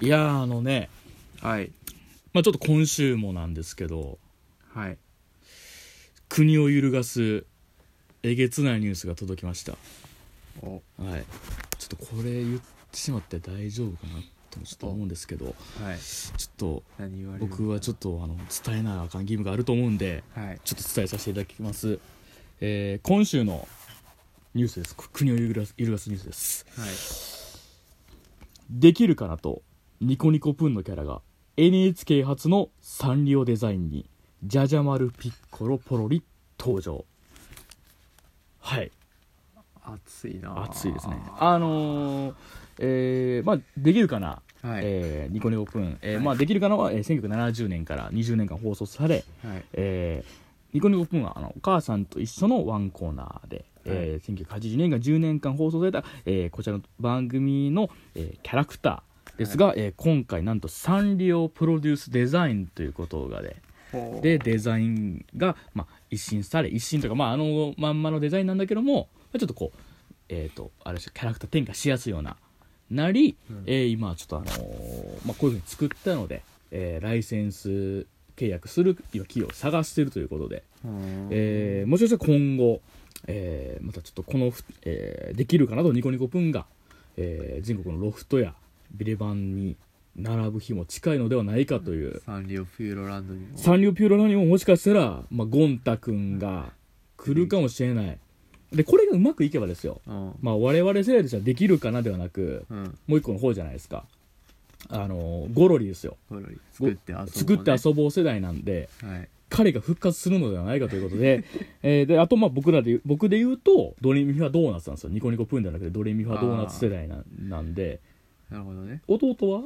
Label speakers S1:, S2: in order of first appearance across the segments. S1: いやーあのね、
S2: はい
S1: まあ、ちょっと今週もなんですけど
S2: はい
S1: 国を揺るがすえげつないニュースが届きました
S2: お
S1: はいちょっとこれ言ってしまって大丈夫かなともちょっと思うんですけど
S2: はい
S1: ちょっと
S2: 何言われる
S1: 僕はちょっ
S2: っ
S1: とあの伝えなあかん義務があると思うんで
S2: とはい
S1: ちょっと伝えさせていただきます、えー今週のニュースです国を揺るがす揺るがすニュースです
S2: はい
S1: できるかなとニコニコプンのキャラが NHK 初のサンリオデザインにジャジャマルピッコロポロリ登場はい
S2: 暑いな
S1: 熱いですねあのーえーまあできるかな、
S2: はい、
S1: えーニコニコプン、えー
S2: はい
S1: まあできるかなは、えー1970年から20年間放送され、
S2: はい
S1: えーニコニコプンはあのお母さんと一緒のワンコーナーで、えー1980年が10年間放送された、えーこちらの番組の、えーキャラクターですが、えー今回なんとサンリオプロデュースデザインということがで
S2: ほう
S1: でデザインが、まあ、一新され一新というか、まあ、あのまんまのデザインなんだけどもちょっとこうえっ、とあれですキャラクター転換しやすいようななり、
S2: うん
S1: えー今ちょっとあのーまあ、こういうふうに作ったので、えーライセンス契約する今企業を探してるということで、
S2: うーん
S1: えーもしかしたら今後、えーまたちょっとこのふ、えーできるかなとニコニコプンが、えー全国のロフトやビレバンに並ぶ日も近いのではないかという、
S2: サンリオピューロランドにも
S1: サンリオピューロラニオンもしかしたら、まあ、ゴンタ君が来るかもしれないでこれがうまくいけばですよ、
S2: うん
S1: まあ、我々世代としてはできるかなではなく
S2: うん
S1: もう一個の方じゃないですかあのゴロリですよ
S2: ほら作って遊ぼうね
S1: 作って遊ぼう世代なんで
S2: はい
S1: 彼が復活するのではないかということでえーであとまあ僕らで言う僕で言うとドレミファドーナツなんですよニコニコプーンではなくてドレミファドーナツ世代ななんで
S2: なるほどね
S1: 弟は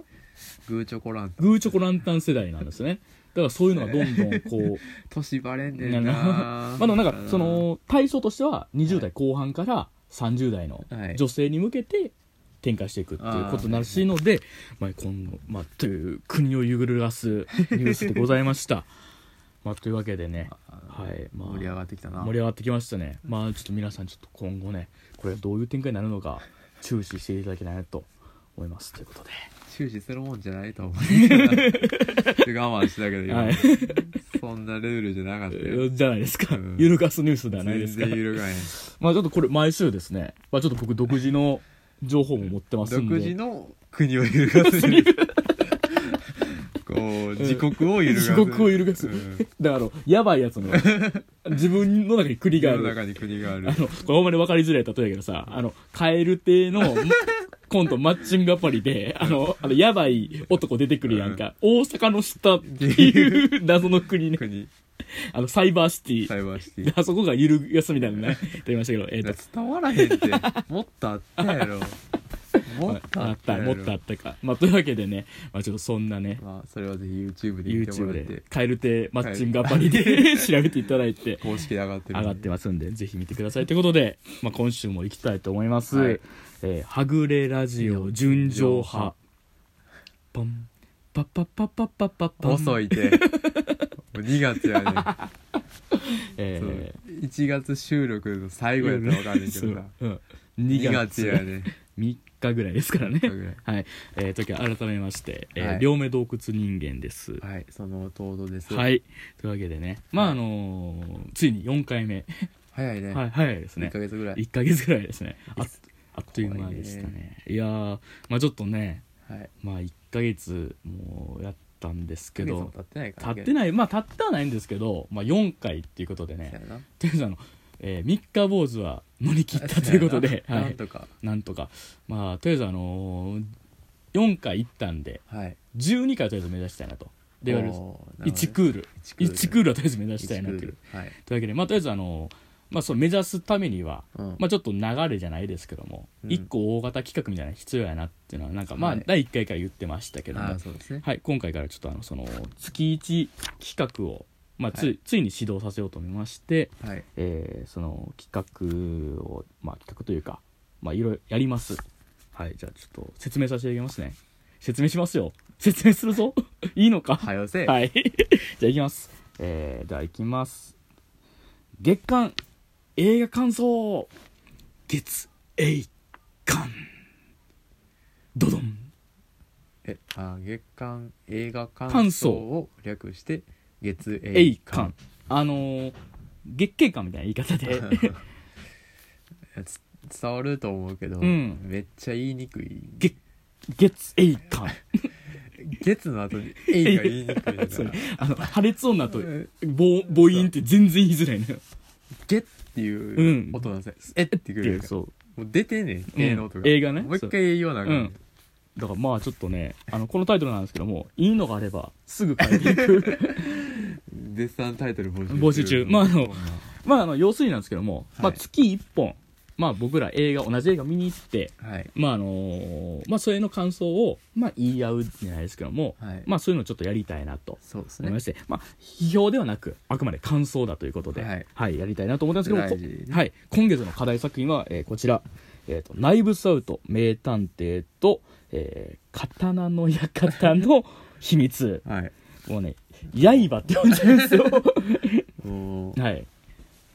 S2: グーチョコランド
S1: グーチョコランタン世代なんですねだからそういうのがどんどんこう
S2: 年バレんね
S1: なんん
S2: な
S1: かまあでもなんかその対象としては20代後半から30代の
S2: はい
S1: 女性に向けて展開していくっていうことになるしので、まあ、今後、まあ、という国を揺るがすニュースでございま した。まあ、というわけでね、
S2: は
S1: はいまあ、
S2: 盛り上がってきたな
S1: 盛り上がってきましたね。まあちょっと皆さんちょっと今後ね、これがどういう展開になるのか注視していただけないなと思います。ということで。
S2: 注視するもんじゃないと 思う我慢したけど今、
S1: はい
S2: そんなルールじゃなかったよ
S1: じゃないですか。
S2: うん
S1: 揺るがすニュースではないで
S2: 全
S1: すか
S2: 然
S1: ら。
S2: 揺るがへん
S1: まあちょっとこれ毎週ですね、まあちょっと僕独自の情報も持ってますんで。
S2: 独自の国を揺るがす こう自国を揺るがす
S1: 地獄を揺るがす、
S2: うん
S1: だからあのやばいやつ の自分の中に栗があ
S2: 世の
S1: る
S2: 中に国がある
S1: あのこれほんまに分かりづらい例えやけどさあの蛙亭のコントマッチングアプリであのあのやばい男出てくるやんか、大阪の下っていう謎の国ね
S2: 国
S1: あのサイバーシテ
S2: サ
S1: ィ
S2: イバーシテ
S1: で
S2: ィ
S1: あそこが揺るがすみたいなのね出ましたけどえっ、と
S2: 伝わらへんってもっとあったやろもっと
S1: あ
S2: あ
S1: っ
S2: った
S1: た
S2: やろ
S1: もっとあったかまあというわけでね、まあ、ちょっとそんなね
S2: まあそれはぜひ YouTube で見てもらっ
S1: YouTube
S2: て
S1: で蛙亭マッチングアプリで 調べていただいて
S2: 公式で上がってる
S1: 上がってますんで、ぜひ見てください。ということで、まあ、今週も行きたいと思います。
S2: はい
S1: えーはぐれラジオ純情派。ポン、パッパッパッパッパッパッパン
S2: 遅い てもう2月やねん
S1: え
S2: そう
S1: ー
S2: 1月収録の最後やったら分かんないけどさ
S1: そう うん
S2: 2
S1: 2
S2: 月
S1: 月
S2: やね
S1: 3日ぐらいですからね
S2: 3日ぐらい。
S1: はい。えー、時は改めまして、えー
S2: はい
S1: 両目洞窟人間です。
S2: はいその弟です
S1: はい。というわけでね、まあ、
S2: はい
S1: あのーついに4回目。
S2: 早いね
S1: はい、早いですね
S2: 1。ヶ月ぐらい
S1: 1ヶ月ぐらいですね。あ
S2: い
S1: っ
S2: つ
S1: あっという間でしたね。いやー、まあちょっとね、
S2: はい
S1: まあ1ヶ月もうやったんですけ
S2: 1ヶ月も
S1: ど
S2: 経ってないから
S1: 経ってないまあ経ってはないんですけど、まあ、4回っていうことで
S2: そう
S1: ね
S2: やな
S1: とりあえずあの、えー、3日坊主は乗り切ったということで、
S2: そう
S1: は
S2: や ななん
S1: い、
S2: とか
S1: なんとかまあとりあえずあのー、4回行ったんで
S2: はい
S1: 12回とりあえず目指したいなとで
S2: おーなるほどね
S1: 1クール
S2: 一クール
S1: 1クールはとりあえず目指したいなという
S2: 一クールはい
S1: というわけでまあとりあえずあのーまあ、そう目指すためには、
S2: うん
S1: まあ、ちょっと流れじゃないですけども、
S2: うん
S1: 一1個大型企画みたいなの必要やなっていうのはなんかまあ
S2: はい
S1: 第1回から言ってましたけども、
S2: ああそうですね
S1: はい、今回からちょっとあのその月1企画を、まあつい
S2: は
S1: ついに始動させようと思いまして、
S2: はい
S1: えーその企画を、まあ、企画というか、まあ、いろいろやりますはいじゃあちょっと説明させていただきますね説明しますよ説明するぞ いいのか
S2: はよせ
S1: はい じゃあいきますえー、ではいきます月間映画感想月映館ドドン
S2: ええあ月間映画感
S1: 感
S2: 想
S1: 想
S2: を略して月
S1: え
S2: 映
S1: いかんあのー月経感みたいな言い方 で
S2: つ伝わると思うけど、
S1: うん
S2: めっちゃ言いにくい
S1: 月月えいかん
S2: 月の後に「えい」が言いにく い
S1: そ
S2: か
S1: うね
S2: ら
S1: あの破裂音だと
S2: え
S1: 母母音って全然言いづらいのよ
S2: 「ゲ」っていう音なんですよ「えっ」ってく
S1: ってい
S2: る
S1: う
S2: から
S1: そう
S2: もう出てんねん映画の音が、
S1: 映画ね
S2: もう一回言わなあかんねん
S1: だからまあちょっとねあのこのタイトルなんですけどもいいのがあればすぐ変えていく
S2: 絶賛タイトル募集
S1: 募集中まああの
S2: こんな
S1: まああの要するになんですけども、ま
S2: は
S1: あ、
S2: い
S1: 月1本、まあ、僕ら映画同じ映画見に行って
S2: はい
S1: まああのーまあそれの感想を、まあ、言い合うじゃないですけども、
S2: はい
S1: まあそういうのをちょっとやりたいなと
S2: そうです
S1: 思い
S2: ね
S1: まして、まあ批評ではなくあくまで感想だということで、
S2: はい
S1: やりたいなと思ったんですけど
S2: 大事ね
S1: こはい、今月の課題作品は、えーこちら「えー、とナイブスアウト名探偵と、えー刀の館の秘密
S2: はい」
S1: もうね「刃」って呼んでるんですよ
S2: もう
S1: はい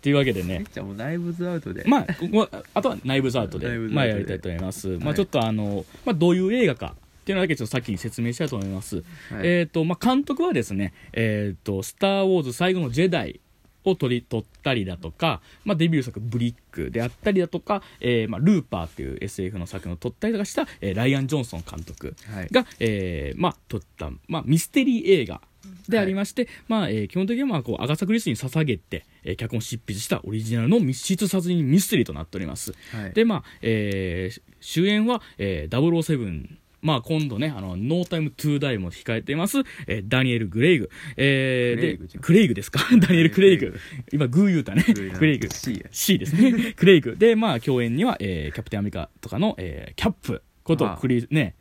S1: というわけでね
S2: めっちゃんもうナイブズアウトで、
S1: まあ、ここはあとは内部ザートで
S2: 内部ザートで
S1: まあ、やりたいと思います、ま
S2: は
S1: あ、
S2: い
S1: ちょっとあの、まあ、どういう映画かっていうのだけちょっと先に説明したいと思います、
S2: はい
S1: えっ、と、まあ、監督はですね「えっとスター・ウォーズ最後のジェダイ」を取り取ったりだとか、まあ、デビュー作「ブリック」であったりだとか「えーまあ、ルーパー」っていう SF の作品を取ったりとかした、えーライアン・ジョンソン監督
S2: はい
S1: が、えーまあ、撮った、まあ、ミステリー映画でありまして、まあえー基本的にはまあこうアガサ・クリスティに捧げて、えー脚本を執筆したオリジナルの密室殺人ミステリーとなっております、
S2: はい
S1: で、まあえー主演は、えー、007まあ今度ね、あの、ノータイムトゥーダイも控えています、えーダニエル・グレイグ。えー
S2: クレイグ
S1: で
S2: じゃん
S1: クレイグですかダニエル・クレイ
S2: クレ
S1: グ
S2: イグ。
S1: 今、グー言うたね。クレイグ。
S2: C や
S1: C です ね。クレイグ。で、まあ共演には、えーキャプテン・アメリカとかの、えーキャップことクリ、ね、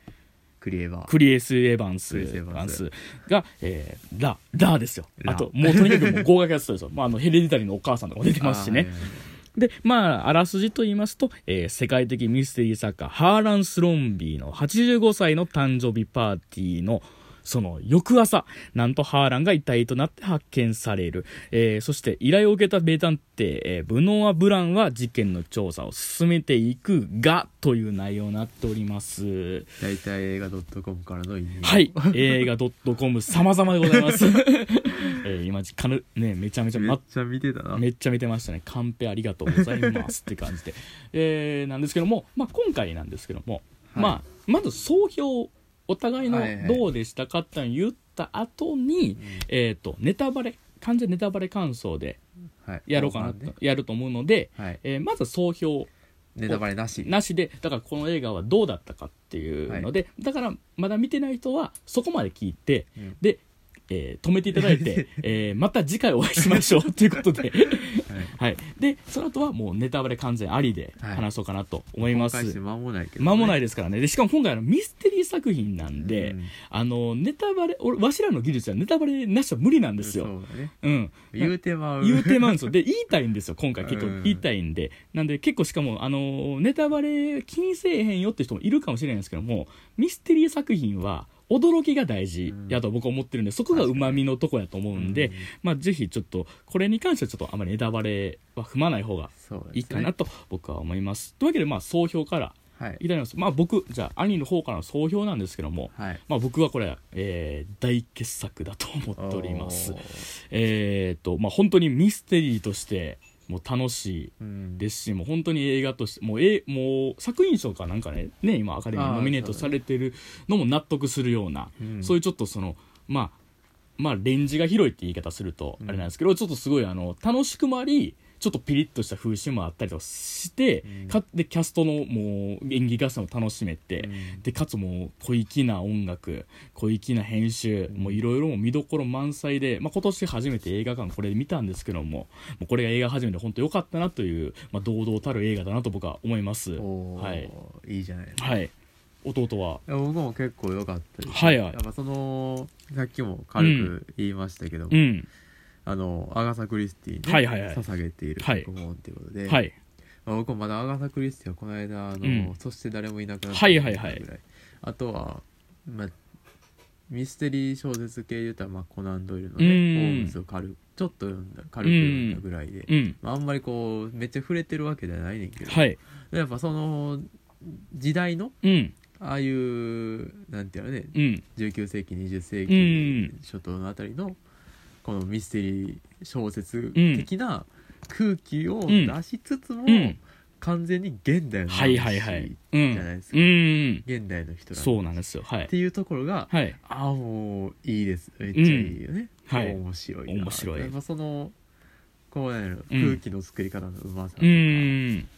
S2: クリエバー
S1: クリエス・エヴァンス
S2: クリエスエヴァンス
S1: が、えーラ、ラですよ。
S2: ラ
S1: あと、もうとにかくもう豪華キャストですよ。まあ、あの、ヘレディタリーのお母さんとかも出てますしね。で、まあ、あらすじと言いますと、えー世界的ミステリー作家、ハーラン・スロンビーの85歳の誕生日パーティーの、その翌朝、なんとハーランが遺体となって発見される。えーそして依頼を受けた名探偵、えーブノア・ブランは事件の調査を進めていくが、という内容になっております。
S2: 大体映画 .com からの引用
S1: はい。映画 .com 様々でござい ます。えー今、かぬ、ね、めちゃめちゃ、
S2: めっ
S1: ま、
S2: ちゃ見てたな
S1: めっちゃ見てましたね。カンペありがとうございますって感 じで。えーなんですけども、まあ、今回なんですけども、
S2: はい
S1: まあ、まず総評、お互いの
S2: はいはい
S1: どうでしたかっていうのを言った後に、えっ、と、ネタバレ、完全ネタバレ感想で
S2: はい
S1: やろうかな
S2: 後
S1: と
S2: 半ね、
S1: やると思うので、
S2: はい
S1: えーまず総評
S2: ネタバレなし
S1: なしでだからこの映画はどうだったかっていうので、だからまだ見てない人はそこまで聞いて、
S2: うん
S1: で、えー止めていただい て、えーまた次回お会いしましょうということで、はい、でその後はもうネタバレ完全ありで
S2: はい
S1: 話そうかなと思い
S2: 公
S1: ます、
S2: 開して間もないけどね
S1: 間もないですからねでしかも今回あのミステリー作品なんで、
S2: うん
S1: あのネタバレ俺わしらの技術はネタバレなしは無理なんです
S2: そ
S1: よ、
S2: うだね
S1: うん、
S2: 言うてまう
S1: 言うてまうんですよで言いたいんですよ今回結
S2: う
S1: 構
S2: ん
S1: 言いたいんで、なんで結構しかもあのーネタバレ気にせえへんよって人もいるかもしれないんですけどもミステリー作品は驚きが大事やと僕は思ってるんで、そこがうまみのとこやと思うんで、
S2: 確かに
S1: まあぜひちょっとこれに関してはちょっとあまりネタバレは踏まない方が
S2: そうですね
S1: いいかなと僕は思いますというわけでまあ総評から
S2: はい
S1: いただきますまあ僕じゃあ兄の方からの総評なんですけども、
S2: はい
S1: まあ僕はこれ、えー大傑作だと思っております
S2: おー
S1: えー、とまあ本当にミステリーとしてもう楽し
S2: う
S1: い
S2: ん
S1: ですしもう本当に映画としてもう,、えもう作品賞かなんかねね今アカデミー
S2: あ
S1: に
S2: ー
S1: ノミネートされてるのも納得するような
S2: うん
S1: そういうちょっとそのまあまあレンジが広いって言い方すると
S2: うん
S1: あれなんですけど、ちょっとすごいあの楽しくもありちょっとピリッとした風刺もあったりとかして、
S2: うん
S1: かでキャストのもう演技合戦も楽しめて、
S2: うん
S1: でかつもう小粋な音楽小粋な編集もういろいろもう見どころ満載で、まあ、今年初めて映画館これで見たんですけどももうこれが映画初めて本当良かったなという、まあ、堂々たる映画だなと僕は思います
S2: おー
S1: はい、
S2: いいじゃないですか
S1: はい弟はい
S2: や僕も結構良かったです
S1: はいは
S2: や
S1: い
S2: っぱそのさっきも軽く言いましたけども
S1: うん
S2: あのアガサ・クリスティに
S1: はいはいはい
S2: 捧げている
S1: はい
S2: 脚本っていうことで、
S1: はい
S2: まあ僕もまだアガサ・クリスティはこの間あの、
S1: うん
S2: そして誰もいなくなった
S1: はいはいはい
S2: ぐらあとは、まあ、ミステリー小説系で言ったら、まあ、コナン・ドイルのね
S1: う
S2: ホ
S1: ん
S2: ームズを軽くちょっと読んだ軽く読んだぐらいで、
S1: うん
S2: まあ、あんまりこうめっちゃ触れてるわけではないねんけど、
S1: はい
S2: やっぱその時代の
S1: うん
S2: あああいうなんていうのね
S1: うん
S2: 19世紀20世
S1: うん
S2: 紀初頭のあたりのこのミステリー小説的な空気を出しつつも、
S1: うん
S2: 完全に現代の話
S1: はいはいはいうん
S2: じゃないですか
S1: うんうん
S2: 現代の人ら
S1: そうなんですよはい
S2: っていうところが、
S1: はい
S2: ああもういいですめっちゃいいよね、
S1: うんはい
S2: 面白いな
S1: 面白い
S2: やっぱそのこうなんやろ
S1: うん
S2: 空気の作り方のうまさと
S1: う
S2: か、
S1: ん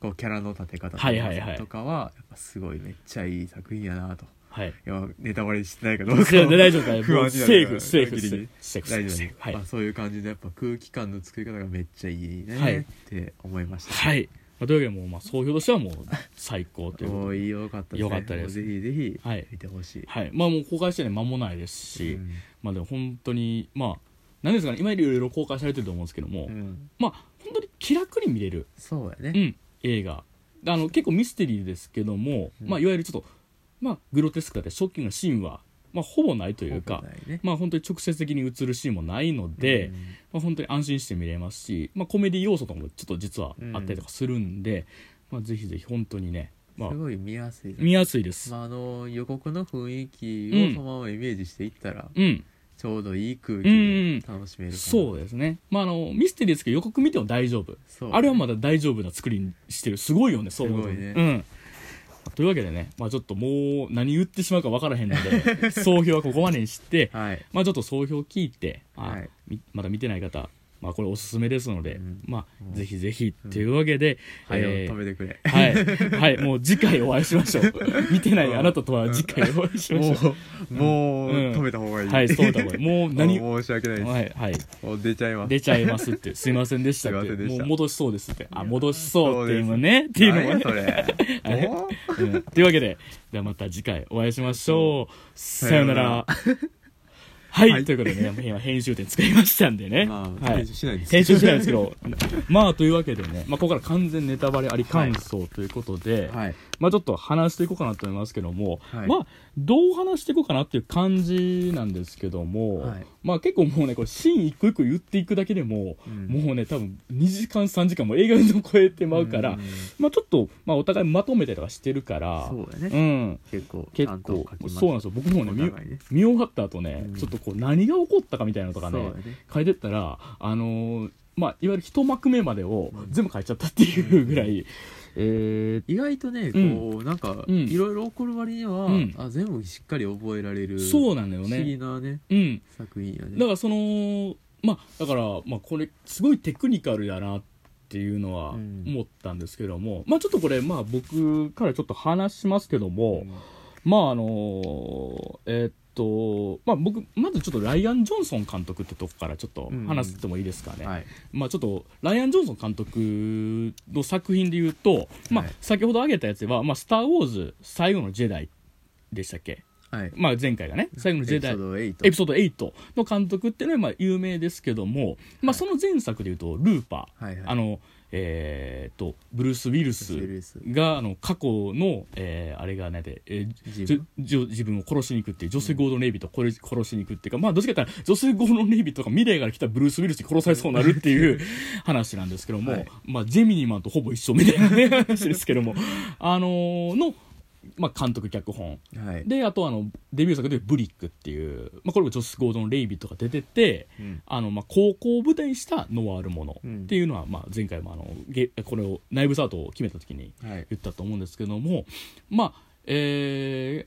S2: こうキャラの立て方
S1: はい
S2: の
S1: は
S2: う
S1: い
S2: ま
S1: はい
S2: さとかはやっぱすごいめっちゃいい作品やなと
S1: はい
S2: いやネタバレしてな いかどうか
S1: 大丈夫大丈夫大
S2: 不
S1: 丈
S2: 安
S1: 夫
S2: になる
S1: セーフセーフ
S2: ギ
S1: セ
S2: リギ
S1: ー
S2: リ
S1: フセーフセ
S2: 大
S1: ーフ
S2: 丈
S1: セー
S2: 夫
S1: フはい
S2: まあ、そういう感じでやっぱ空気感の作り方がめっちゃいいね、
S1: はい
S2: って思いました、
S1: はいまあというわけでもうまあ総評としてはもう最高ということ
S2: も
S1: で
S2: ういいよかったです、ね、
S1: よかったです
S2: もうぜひぜひ
S1: はい
S2: 見てほしい、
S1: はいまあもう公開してね間もないですし、
S2: うん
S1: まあでも本当にまあ何ですかね今よりいろいろ公開されてると思うんですけども、
S2: うん
S1: まあ本当に気楽に見れる、
S2: そうや
S1: う
S2: ね、
S1: ん、映画あの結構ミステリーですけども、
S2: うん
S1: まあいわゆるちょっとまあグロテスクだったりショッキングなシーンはまあほぼないというか
S2: 問題ね
S1: まあ本当に直接的に映るシーンもないので、
S2: うん
S1: まあ本当に安心して見れますし、まあ、コメディ要素とかもちょっと実はあったりとかするんで、まあぜひぜひ本当にね、まあ
S2: す、ごい見やすいな
S1: 見やすいです、
S2: まあ、あの予告の雰囲気
S1: うん
S2: をそのままイメージしていったら、
S1: うん
S2: ちょうどいい空気
S1: うん
S2: で楽しめるかな
S1: そうですねまああのミステリーですけど予告見ても大丈夫
S2: そう
S1: あれはまだ大丈夫な作りにしてるすごいよねそう思うと
S2: すごいね
S1: うんというわけでね、まあ、ちょっともう何言ってしまうか分からへんので 総評はここまでにして
S2: はい
S1: まあちょっと総評聞いて、あ
S2: はい
S1: みまだ見てない方、まあ、これおすすめですので、
S2: うん
S1: まあ、
S2: うん
S1: ぜひぜひというわけで、
S2: はい、
S1: え
S2: 止
S1: ー
S2: めてくれ
S1: はい、はい、もう次回お会いしましょ う見てないあなたとは次回お会いしましょう、
S2: もうもう、
S1: うん
S2: 止めた方がいい、
S1: はいそう だこれもう何
S2: もう申し訳ないです、
S1: はいはい
S2: もう出ちゃいます
S1: 出ちゃいます ってすいませんでしたっ
S2: すい
S1: て
S2: ませんでし
S1: も
S2: た
S1: う戻しそうですってあ戻しそうっていうのねっていうのも
S2: 何
S1: ね
S2: や それ
S1: あれ
S2: もう
S1: うんというわけで、ではまた次回お会いしましょう。さようなら。はい、
S2: はい
S1: ということでね、今編集点作りましたんでね。
S2: まあ、
S1: は
S2: 編
S1: い
S2: 集しないです
S1: 編集してないんですけど、 まあというわけでね、まあ、ここから完全ネタバレあり感想ということで、
S2: はい
S1: まあちょっと話していこうかなと思いますけども、
S2: はい
S1: まあどう話していこうかなっていう感じなんですけども、
S2: はい
S1: まあ結構もうね、これシーン一個一個言っていくだけでも、
S2: うん
S1: もうね、多分2時間3時間も映画の超えてまうから、
S2: ん
S1: まあちょっと、まあお互いまとめたりとかしてるから、
S2: そうだね、
S1: うん、
S2: 結構ちゃ
S1: 結
S2: んと
S1: 構
S2: 書きました
S1: そうなんですよ僕もね
S2: お
S1: 見
S2: 互いね
S1: 見終わった後ね、
S2: うん
S1: ちょっとこう何が起こったかみたいなのとか
S2: そう
S1: ね
S2: だね
S1: 書いてったらあのーまあいわゆる一幕目までを
S2: うん
S1: 全部書いちゃったっていうぐらい、えー
S2: 意外とねこう、なんか、
S1: うん
S2: いろいろ起こる割には、
S1: うん
S2: あ全部しっかり覚えられる
S1: そうなんだよ
S2: 不思議
S1: ね
S2: なね
S1: うん
S2: 作品やね
S1: だからそのまあだから、まあ、これすごいテクニカルだなっていうのは
S2: うん
S1: 思ったんですけども、まあちょっとこれまあ僕からちょっと話しますけども、
S2: うん
S1: まああのえーっとまあ僕まずちょっとライアン・ジョンソン監督ってとこからちょっと話してもいいですかね、
S2: はい、
S1: まあちょっとライアン・ジョンソン監督の作品で言うと、まあ
S2: はい
S1: 先ほど挙げたやつは「まあ、スター・ウォーズ最後のジェダイ」でしたっけ、
S2: はい、
S1: まあ、前回がね最後のジェダイ
S2: エピソード8
S1: エピソード8の監督っていうのはまあ有名ですけども、まあ、その前作で言うと「ルーパー」
S2: はいはい
S1: あのえーっとブルース・ウィルス
S2: SLS
S1: があの過去の、えーあれがねで、えー
S2: 自分
S1: じょ自分を殺しに行くっていう女性ゴードン・レイビーとこれ殺しに行くっていうか、まあどっちかって言ったら女性ゴードン・レイビーとか未来から来たブルース・ウィルスに殺されそうになるっていう話なんですけども、
S2: はい
S1: まあジェミニマンとほぼ一緒みたいな、ね、話ですけどもあのーの、まあ、監督脚本
S2: はい
S1: であとあのデビュー作で「ブリック」っていう、まあ、これもジョス・ゴードン・レイビーとか出てて
S2: うん
S1: あのまあ高校を舞台にしたノワールもの
S2: うん
S1: っていうのは、まあ、前回もあのゲこれを内部サートを決めた時に
S2: はい
S1: 言ったと思うんですけどもまあえー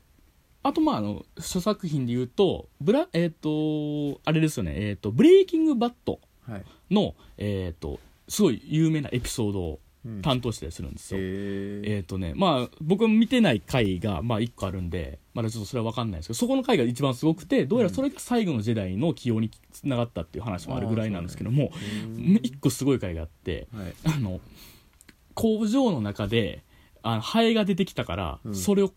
S1: あとまああの諸作品で言うとブラえっ、とあれですよねえっ、と「ブレイキングバット
S2: はい
S1: の」えっ、とすごい有名なエピソードを
S2: うん
S1: 担当したりするんですよ、
S2: え
S1: えーとねまあ、僕は見てない回が、まあ、1個あるんでまだちょっとそれは分かんないですけどそこの回が一番すごくてどうやらそれが最後の時代の起用につながったっていう話もあるぐらいなんですけども、
S2: ー
S1: 1個すごい回があって
S2: はい
S1: あの工場の中であのハエが出てきたから、
S2: うん
S1: それを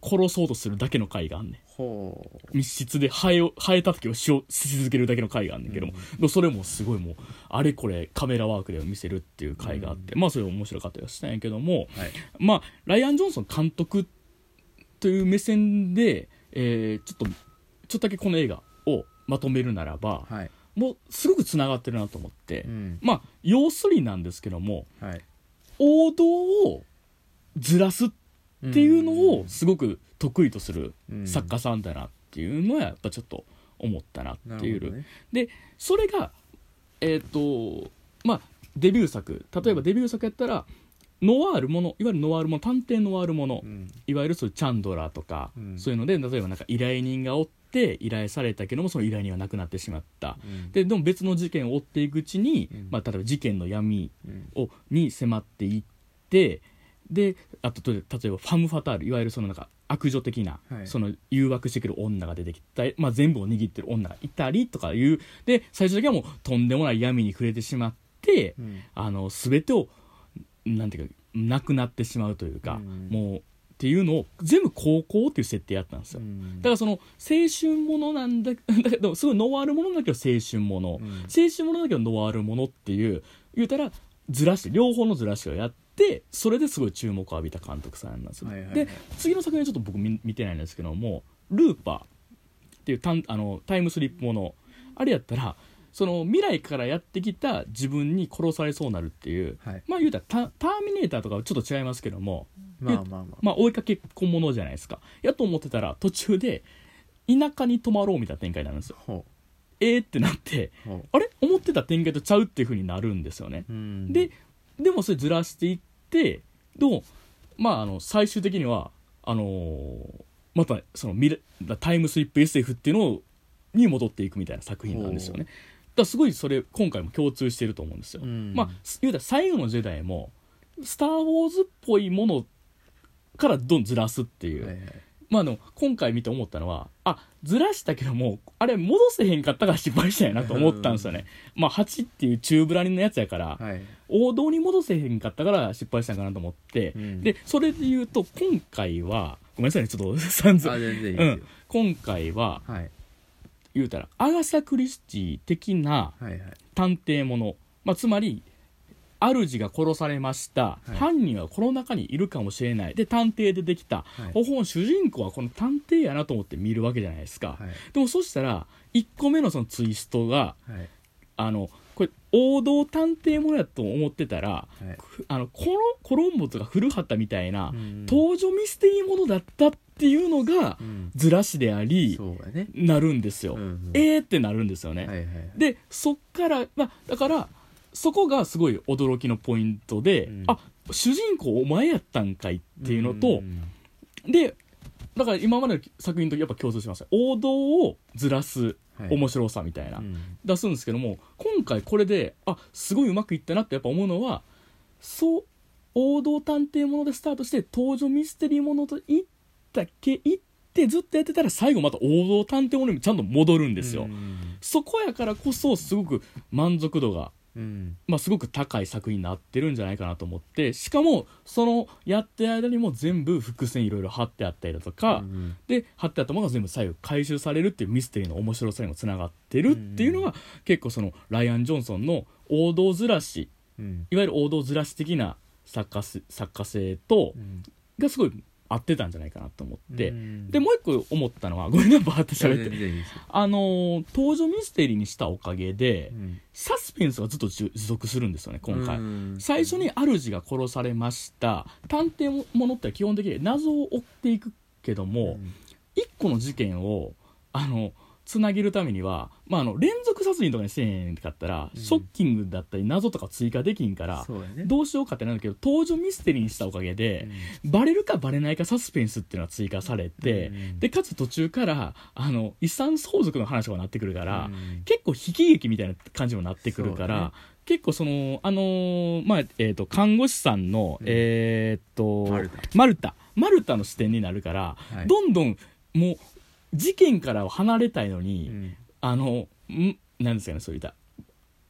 S1: 殺そうとするだけの回があんね
S2: ほうん
S1: 密室でハエをハエ叩きをしようし続けるだけの回があんねんけども、でもそれもすごいもうあれこれカメラワークで見せるっていう回があって、まあそれ面白かったりはしたんやけども、
S2: はい
S1: まあ、ライアン・ジョンソン監督という目線で、えーちょっとちょっとだけこの映画をまとめるならば、
S2: はい
S1: もうすごくつながってるなと思って、
S2: うん
S1: まあ要するになんですけども
S2: はい
S1: 王道をずらすっっていうのをすごく得意とする作家さんだなっていうのはやっぱちょっと思ったなっていう、
S2: ね、
S1: それがえっ、とまあデビュー作例えばデビュー作やったら、ノワールものいわゆるノワールもの探偵ノワールもの、
S2: うん
S1: いわゆるそういうチャンドラーとか、
S2: うん
S1: そういうので例えばなんか依頼人がおって依頼されたけどもその依頼人は亡くなってしまった
S2: うん
S1: ででも別の事件を追っていくうちに、
S2: うん
S1: まあ、例えば事件の闇
S2: うん
S1: をに迫っていってであとと例えばファム・ファタールいわゆるそのなんか悪女的な、
S2: はい
S1: その誘惑してくる女が出てきたり、まあ、全部を握ってる女がいたりとかいうで最終的にはもうとんでもない闇に触れてしまって
S2: うん
S1: あの全てをなんていうかなくなってしまうというか、
S2: うん
S1: もうっていうのを全部高校っていう設定やったんですよ。
S2: うん
S1: だからその青春ものなんだ だけどすごいノワールものだけど青春もの、
S2: うん
S1: 青春ものだけどノワールものっていう言うたらずらして両方のずらしをやってそれですごい注目を浴びた監督さんなんですよ、
S2: はいはいはい
S1: で次の作品はちょっと僕見見てないんですけども「ルーパー」っていうたんあのタイムスリップものあれやったらその未来からやってきた自分に殺されそうなるっていう、
S2: はい
S1: まあ言うたらタ「ターミネーター」とかはちょっと違いますけども、
S2: まあまあまあ
S1: まあ、追いかけっこものじゃないですかやと思ってたら途中で田舎に泊まろうみたいな展開になるんですよ
S2: ほ
S1: えーってなって
S2: うほ
S1: あれ思ってた展開とちゃうっていう風になるんですよね
S2: ううん
S1: ででもそれずらしていってでもまああの最終的にはあのーまたその未来タイムスリップ SF っていうのをに戻っていくみたいな作品なんですよねだ
S2: ほ
S1: からすごいそれ今回も共通してると思うんですよ、
S2: うん
S1: まあ言うたら「最後の時代も「スター・ウォーズ」っぽいものからどんどんずらすっていう、
S2: はいはい
S1: まあでも今回見て思ったのはあずらしたけどもあれ戻せへんかったから失敗したんやなと思ったんですよね、まあ8っていう中ブラリンのやつやから、
S2: はい
S1: 王道に戻せへんかったから失敗したんかなと思って、
S2: うん
S1: でそれで言うと今回はごめんなさいねちょっと さんざ
S2: あ
S1: ん
S2: 全然いいで
S1: う
S2: す
S1: ん
S2: よ、
S1: 今回は
S2: はい
S1: 言うたらアガサ・クリスティ的な
S2: はいはい
S1: 探偵もの、まあ、つまり主が殺されました、
S2: はい
S1: 犯人はこの中にいるかもしれないで探偵でできた、
S2: はい
S1: ほほん主人公はこの探偵やなと思って見るわけじゃないですか、
S2: はい
S1: でもそしたら1個目のそのツイストが
S2: はい
S1: あのこれ王道探偵ものやと思ってたら
S2: はい
S1: くあのコロコロンボとか古畑みたいな、
S2: うん
S1: 登場ミステリーものだったっていうのが
S2: うん
S1: ずらしであり
S2: そうやね
S1: なるんですよ、
S2: うんうん
S1: えーってなるんですよね、
S2: はいはいはい
S1: でそっから、まあ、だからそこがすごい驚きのポイントで、
S2: うん
S1: あ主人公お前やったんかいっていうのと
S2: う、ん
S1: でだから今までの作品とやっぱ共通します王道をずらす
S2: はい
S1: 面白さみたいな、
S2: うん
S1: 出すんですけども今回これであすごいうまくいったなってやっぱ思うのはそう王道探偵ものでスタートして登場ミステリーものといったけいってずっとやってたら最後また王道探偵ものにちゃんと戻るんですよ、
S2: うん
S1: そこやからこそすごく満足度が、
S2: うん
S1: まあ、すごく高い作品になってるんじゃないかなと思ってしかもそのやってる間にも全部伏線いろいろ貼ってあったりだとか、
S2: うん
S1: で貼ってあったものが全部最後回収されるっていうミステリーの面白さにもつながってるっていうのが結構そのライアン・ジョンソンの王道ずらし
S2: うん
S1: いわゆる王道ずらし的な作家す作家性と
S2: うん
S1: がすごい合ってたんじゃないかなと思って、
S2: うん
S1: でもう一個思ったのはごめんなバーって喋っ
S2: 全
S1: て。
S2: 然いいですよ
S1: あのー登場ミステリーにしたおかげで、
S2: うん
S1: サスペンスがずっと持持続するんですよね今回、
S2: うん
S1: 最初に主が殺されました探偵ものって基本的に謎を追っていくけども、
S2: うん
S1: 一個の事件をあのつなげるためには、まあ、あの連続殺人とかにせえへんかったら、
S2: うん
S1: ショッキングだったり謎とか追加できんから
S2: そうやね
S1: どうしようかってなるけど登場ミステリーにしたおかげで、バレるかバレないかサスペンスっていうのは追加されて、
S2: うん
S1: でかつ途中からあの遺産相続の話とかになってくるから、
S2: うん
S1: 結構悲喜劇みたいな感じにもなってくるか
S2: そう
S1: ら、
S2: ね
S1: 結構そのあのーまあえっ、と看護師さんの、
S2: うん
S1: えっ、と
S2: マルタ
S1: マルタマルタの視点になるから、
S2: はい
S1: どんどんもう事件からは離れたいのに、
S2: うん
S1: あのんなんですかねそういった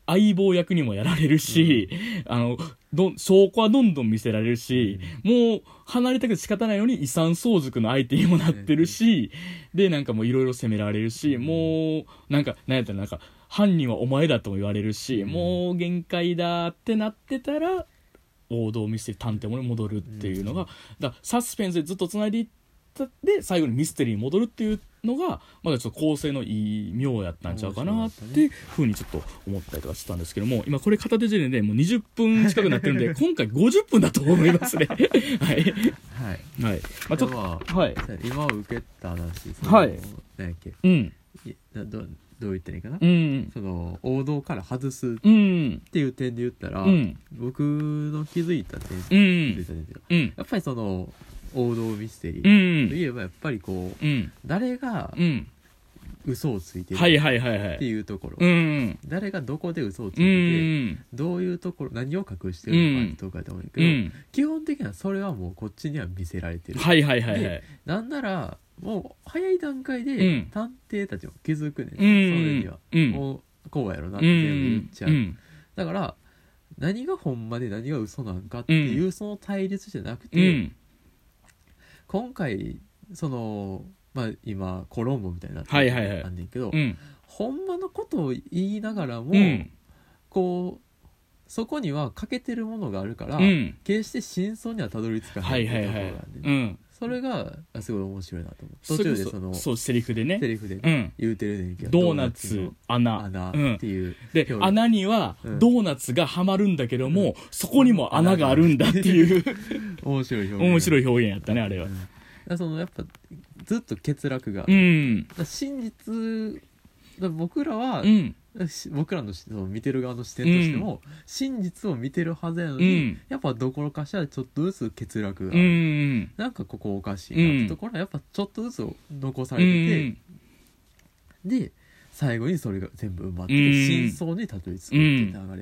S1: 相棒役にもやられるし、あのどん証拠はどんどん見せられるし、もう離れたくて仕方ないのに遺産相続の相手にもなってるし、でなんかもういろいろ責められるし、
S2: うん
S1: もうなんかなんやったらなんか犯人はお前だとも言われるし、
S2: うん
S1: もう限界だってなってたら王道ミステリー探偵ものに戻るっていうのが、だからサスペンスでずっとつないでいったで最後にミステリーに戻るっていうのがまだちょっと構成のいい妙やったんちゃうかなっ
S2: 面白かった
S1: てふうにちょっと思ったりとかしてたんですけども今これ片手でねもう20分近くなってるん で今回50分だと思いますねはい
S2: はい
S1: はいまあちょっと
S2: 今
S1: はい
S2: 今受けた話その
S1: はい
S2: 何やっけ
S1: うん
S2: いなどどう言ったらいいかな、
S1: うん
S2: その王道から外すっ
S1: うん
S2: ていう点で言ったら、
S1: うん
S2: 僕の気づいた点、
S1: う
S2: 気づい
S1: ん
S2: た点っていうか
S1: うん
S2: やっぱりその王道ミステリ
S1: う
S2: ーと
S1: ん
S2: いえばやっぱりこう
S1: うん
S2: 誰が
S1: うん
S2: 嘘をついてる
S1: はいはいはいは
S2: って
S1: い
S2: いうところ、
S1: うん
S2: 誰がどこで嘘をついて
S1: う
S2: て、
S1: ん
S2: どういうところ何を隠してるのかとかでもいいけ
S1: う
S2: ど、
S1: ん
S2: 基本的にはそれはもうこっちには見せられてる、
S1: はいはいはいはい
S2: なんならもう早い段階
S1: う
S2: で
S1: ん
S2: 探偵たちも気づくね、
S1: うん
S2: それには、
S1: うん
S2: もうこうやろなって
S1: う
S2: 言
S1: ん
S2: っちゃう、だから何がほんまで何が嘘なんかっていう、その対立じゃなく
S1: う
S2: て、
S1: ん
S2: 今回そのまあ今コロンボみたいになって
S1: はいはいはい
S2: あんねんけど、
S1: うん
S2: ほんまのことを言いながらも、
S1: うん
S2: こうそこには欠けてるものがあるから、
S1: うん
S2: 決して真相にはたどり着か
S1: は
S2: ないいって
S1: はい
S2: いうと
S1: は
S2: ころ
S1: い
S2: があるん
S1: う
S2: で
S1: ん
S2: それがあすごい面白いなと思う
S1: そ
S2: 途
S1: れ
S2: 中
S1: こ
S2: で
S1: そ
S2: その
S1: そうセリフでね
S2: セリフで
S1: う
S2: ね
S1: ん
S2: 言うてるねんけど
S1: ドーナツ
S2: ドー
S1: 穴
S2: ナツの
S1: う
S2: 穴っ
S1: ん
S2: ていう
S1: で
S2: 表現
S1: 穴には
S2: うん
S1: ドーナツがはまるんだけども、
S2: う
S1: そこにも穴があるんだっていう
S2: 面白い表現
S1: 面白
S2: い
S1: い表現やったねあれは
S2: そのやっぱずっと欠落があ
S1: う
S2: る、
S1: ん
S2: だから真実だから僕らは
S1: う、ん
S2: し僕らのしその見てる側の視点としても、真実を見てるはずやのに、
S1: うん
S2: やっぱどころかしらちょっとずつ欠落があ
S1: う
S2: る、
S1: ん
S2: なんかここおかしいなってところはやっぱちょっとずつ残さ
S1: う
S2: れて
S1: ん
S2: て、で最後にそれが全部埋まって、
S1: うん
S2: 真相にたどり着くっていう流れ、だか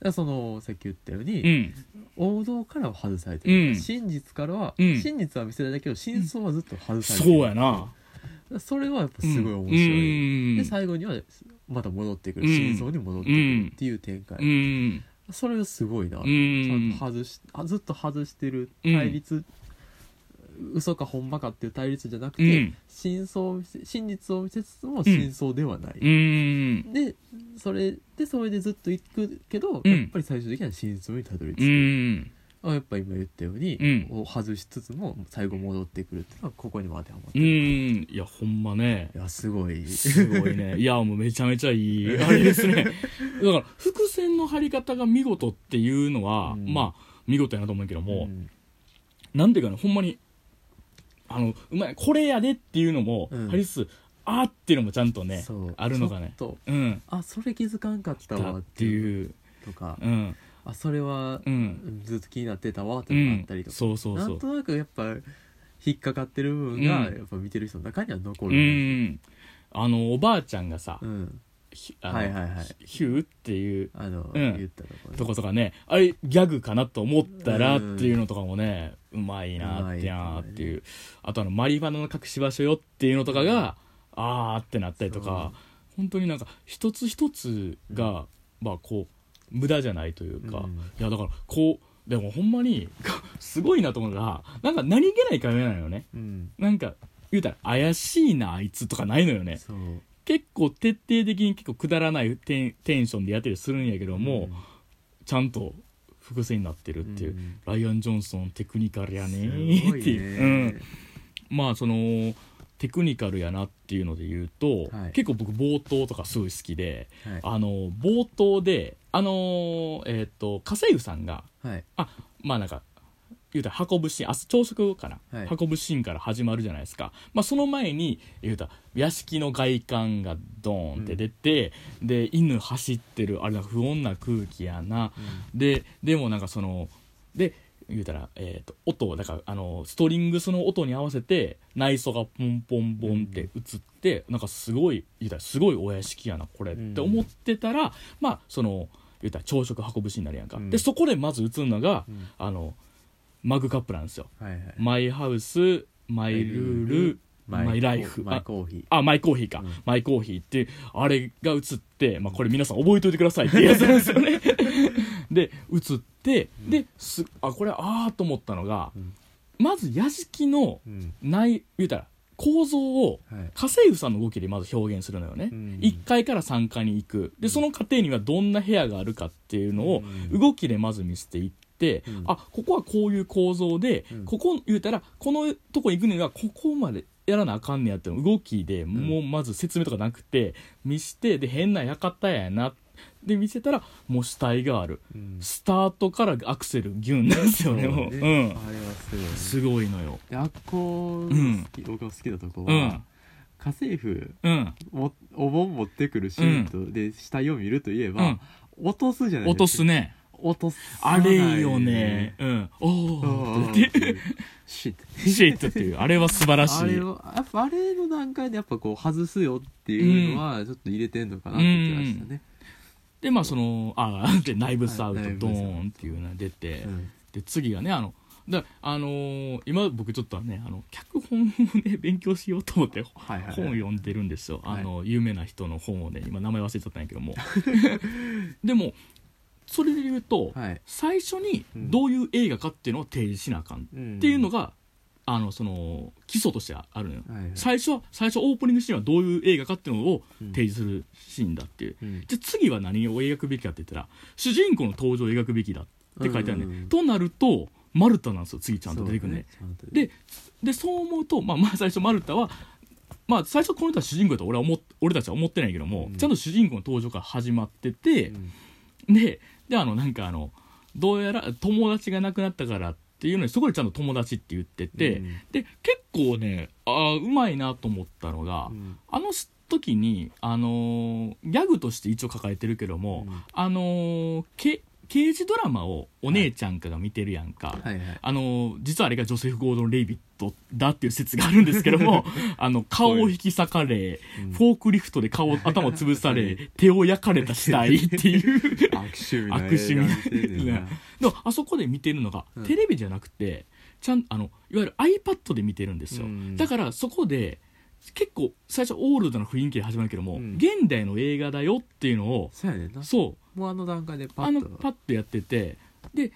S2: らそのさっき言ったように、
S1: うん
S2: 王道からは外されてる、
S1: うん
S2: 真実からは、
S1: うん
S2: 真実は見せられたけど真相はずっと外され
S1: そう
S2: てる、
S1: やな
S2: それはやっぱすごい面白い、
S1: い
S2: で最後にはまた戻ってくる、
S1: うん
S2: 真相に戻ってくるっていう展開、
S1: うん
S2: それがすごいな、
S1: う
S2: ちゃん
S1: ん
S2: と外しあずっと外してる対立、嘘かほんまかっていう対立じゃなくて、
S1: うん
S2: 真相を見せ真実を見せつつも真相ではない、
S1: うん
S2: でそれでそれでずっと行くけど、
S1: うん
S2: やっぱり最終的には真相にたどり
S1: う
S2: 着く、
S1: ん
S2: あやっぱ今言ったように、
S1: う
S2: を外しつつも最後戻ってくるっていうのはここにも当てはまって
S1: う
S2: る、い
S1: んいやほんまね
S2: やすごい
S1: すごいね。 いや、もうめちゃめちゃいい、あれですね。だから、伏線の張り方が見事っていうのは、
S2: うん
S1: まあ、見事やなと思うけども、
S2: ん
S1: なんていうかね、ほんまに、あの、うまい、これやでっていうのも、
S2: うん
S1: ハリス、あーっていうのもちゃんとね、
S2: そう
S1: あるのがね
S2: ちょっと
S1: うん、
S2: あそれ気づかんかった
S1: だ
S2: わ
S1: っ
S2: ってていう
S1: いう、
S2: とか、
S1: うん、
S2: あそれは
S1: う、ん、
S2: ずっと気になってたわって
S1: う
S2: のがあっ
S1: ん
S2: たりと、か、
S1: そうそうそ
S2: なん
S1: う。
S2: となくやっぱ引っかかってる部分が
S1: うん
S2: やっぱ見てる人の中には残
S1: う
S2: るね
S1: ん。あの、おばあちゃんがさ、
S2: うん
S1: ひあの
S2: はいはいはい
S1: ヒヒューっていう、
S2: あの、
S1: うん
S2: 言ったところ
S1: とことかねあれギャグかなと思ったらっ
S2: うん
S1: ていうのとかもねうまいなってやーっていうあとあのマリファナの隠し場所よっていうのとかがあーってなったりとか本当になんか一つ一つがまあこう無駄じゃないというか
S2: うん
S1: いやだからこうでもほんまに すごいなと思うのがなんか何気ない会話なのよね
S2: うん
S1: なんか言うたら怪しいなあいつとかないのよね
S2: そう
S1: 結構徹底的に結構くだらないテンテンションでやってるするんやけども、ちゃんと伏線になってるっていう、
S2: ん
S1: ライアン・ジョンソンテクニカルやね
S2: すご
S1: ーって
S2: い
S1: いう、
S2: ね
S1: うん、まあそのテクニカルやなっていうので言うと、
S2: はい
S1: 結構僕冒頭とかすごい好きで
S2: はい
S1: あの冒頭であのーえっ、と家政婦さんが
S2: はい
S1: まあなんか言うたら運ぶシーン明日朝食かな、
S2: はい
S1: 運ぶシーンから始まるじゃないですか、まあ、その前に言うたら屋敷の外観がドーンって出て、で犬走ってるあれなんか不穏な空気やなででもなんかそので言うたら、えー、と音をだからあのストリングスの音に合わせて内装がポンポンポンって映って、なんかすごい言うたらすごいお屋敷やなこれ、
S2: うん
S1: って思ってたらまあその言うたら朝食運ぶシーンになるやんか、
S2: うん
S1: でそこでまず映るのが、
S2: うん
S1: あのマグカップなんですよ
S2: はいはい
S1: マイハウスマイルールマイライフ
S2: マイコーヒ
S1: あ、マイコーヒーか。
S2: うん
S1: マイコーヒーって、あれが映って、まあこれ皆さん覚えといてくださいっていうやつなんですよ ね。で、映って、
S2: うん
S1: で、す、あ、これ、あーと思ったのが、
S2: うん
S1: まず屋敷の
S2: ーうん
S1: 内、言うたら、構造を、
S2: はい
S1: 家政婦さんの動きでまず表現するのよね。
S2: うん
S1: 1階から3階に行く。
S2: う
S1: で、
S2: ん
S1: その過程にはどんな部屋があるかっていうのを、
S2: うん
S1: 動きでまず見せていって、
S2: うん
S1: あここはこういう構造で、
S2: うん
S1: ここ言うたらこのとこ行くにはここまでやらなあかんねやっての動きでもうまず説明とかなくて見してで変な館やなで見せたらもう死体がある
S2: うん
S1: スタートからアクセルギュンなんですよね
S2: そう
S1: もう、
S2: ね
S1: うん
S2: あれはすごいね
S1: すごいのよ
S2: であっこ好き、僕が好きなとこは、
S1: うん
S2: 家政婦
S1: うん
S2: もお盆持ってくるシーンと、で死体を見るといえ
S1: う
S2: ば
S1: ん、
S2: 落とすじゃない
S1: 落とすね
S2: 落とす
S1: あれいいよねうんお
S2: あ
S1: お
S2: ー
S1: って
S2: シッて
S1: シェイトっていうあれは素晴らし
S2: あ
S1: い
S2: れをやっぱあれの段階でやっぱこう外すよっていうのはちょっと入れてんのかなって気がしたね、
S1: でまあそのあー で内部サウト
S2: はい
S1: ドーンっていうのが出て、
S2: うん
S1: で次がねあのだあのー今僕ちょっとねあの脚本をね 勉強しようと思って
S2: はいはい
S1: 本を読んでるんですよ、
S2: はい
S1: あの有名な人の本をね今名前忘れちゃったんやけども でもそれで言うと、
S2: はい、
S1: 最初にどういう映画かっていうのを提示しなあかんっていうの
S2: が、
S1: が、あのその基礎としてあるのよ、
S2: はいはい
S1: 最初は最初オープニングシーンはどういう映画かっていうのを提示するシーンだっていう、
S2: うん
S1: じゃあ次は何を描くべきかって言ったら主人公の登場を描くべきだって書いてあるね、
S2: うんうんうん
S1: となるとマルタなんですよ次ちゃんと出てくるね
S2: そうねちゃんと
S1: ででそう思うと、まあ、まあ最初マルタは、まあ、最初この人は主人公だと俺は思っ俺たちは思ってないけども、
S2: うん
S1: ちゃんと主人公の登場から始まってて、
S2: うん
S1: でであのなんかあのどうやら友達が亡くなったからっていうのにそこでちゃんと友達って言ってて、
S2: うん
S1: で結構ねああうまいなと思ったのが、
S2: うん
S1: あの時に、あのーギャグとして一応抱えてるけども、
S2: うん
S1: あのーけ刑事ドラマをお姉ちゃんかが見てるやんか、
S2: はいはい
S1: あのー実はあれがジョセフ・ゴードン・レイビットだっていう説があるんですけど もあの顔を引き裂かれ、
S2: うん
S1: フォークリフトで顔頭を潰され手を焼かれた死体っていう
S2: 悪
S1: 悪
S2: 趣
S1: 趣味な
S2: 味な映画見てんねんな
S1: でもあそこで見てるのが、
S2: うん
S1: テレビじゃなくてちゃんあのいわゆる iPad で見てるんですよ、
S2: うん
S1: だからそこで結構最初オールドな雰囲気で始まるけども、
S2: うん
S1: 現代の映画だよっていうのを
S2: そうやねんな
S1: そう
S2: もうあの段階でパ
S1: あ
S2: ッ
S1: の
S2: と
S1: パッとやっててで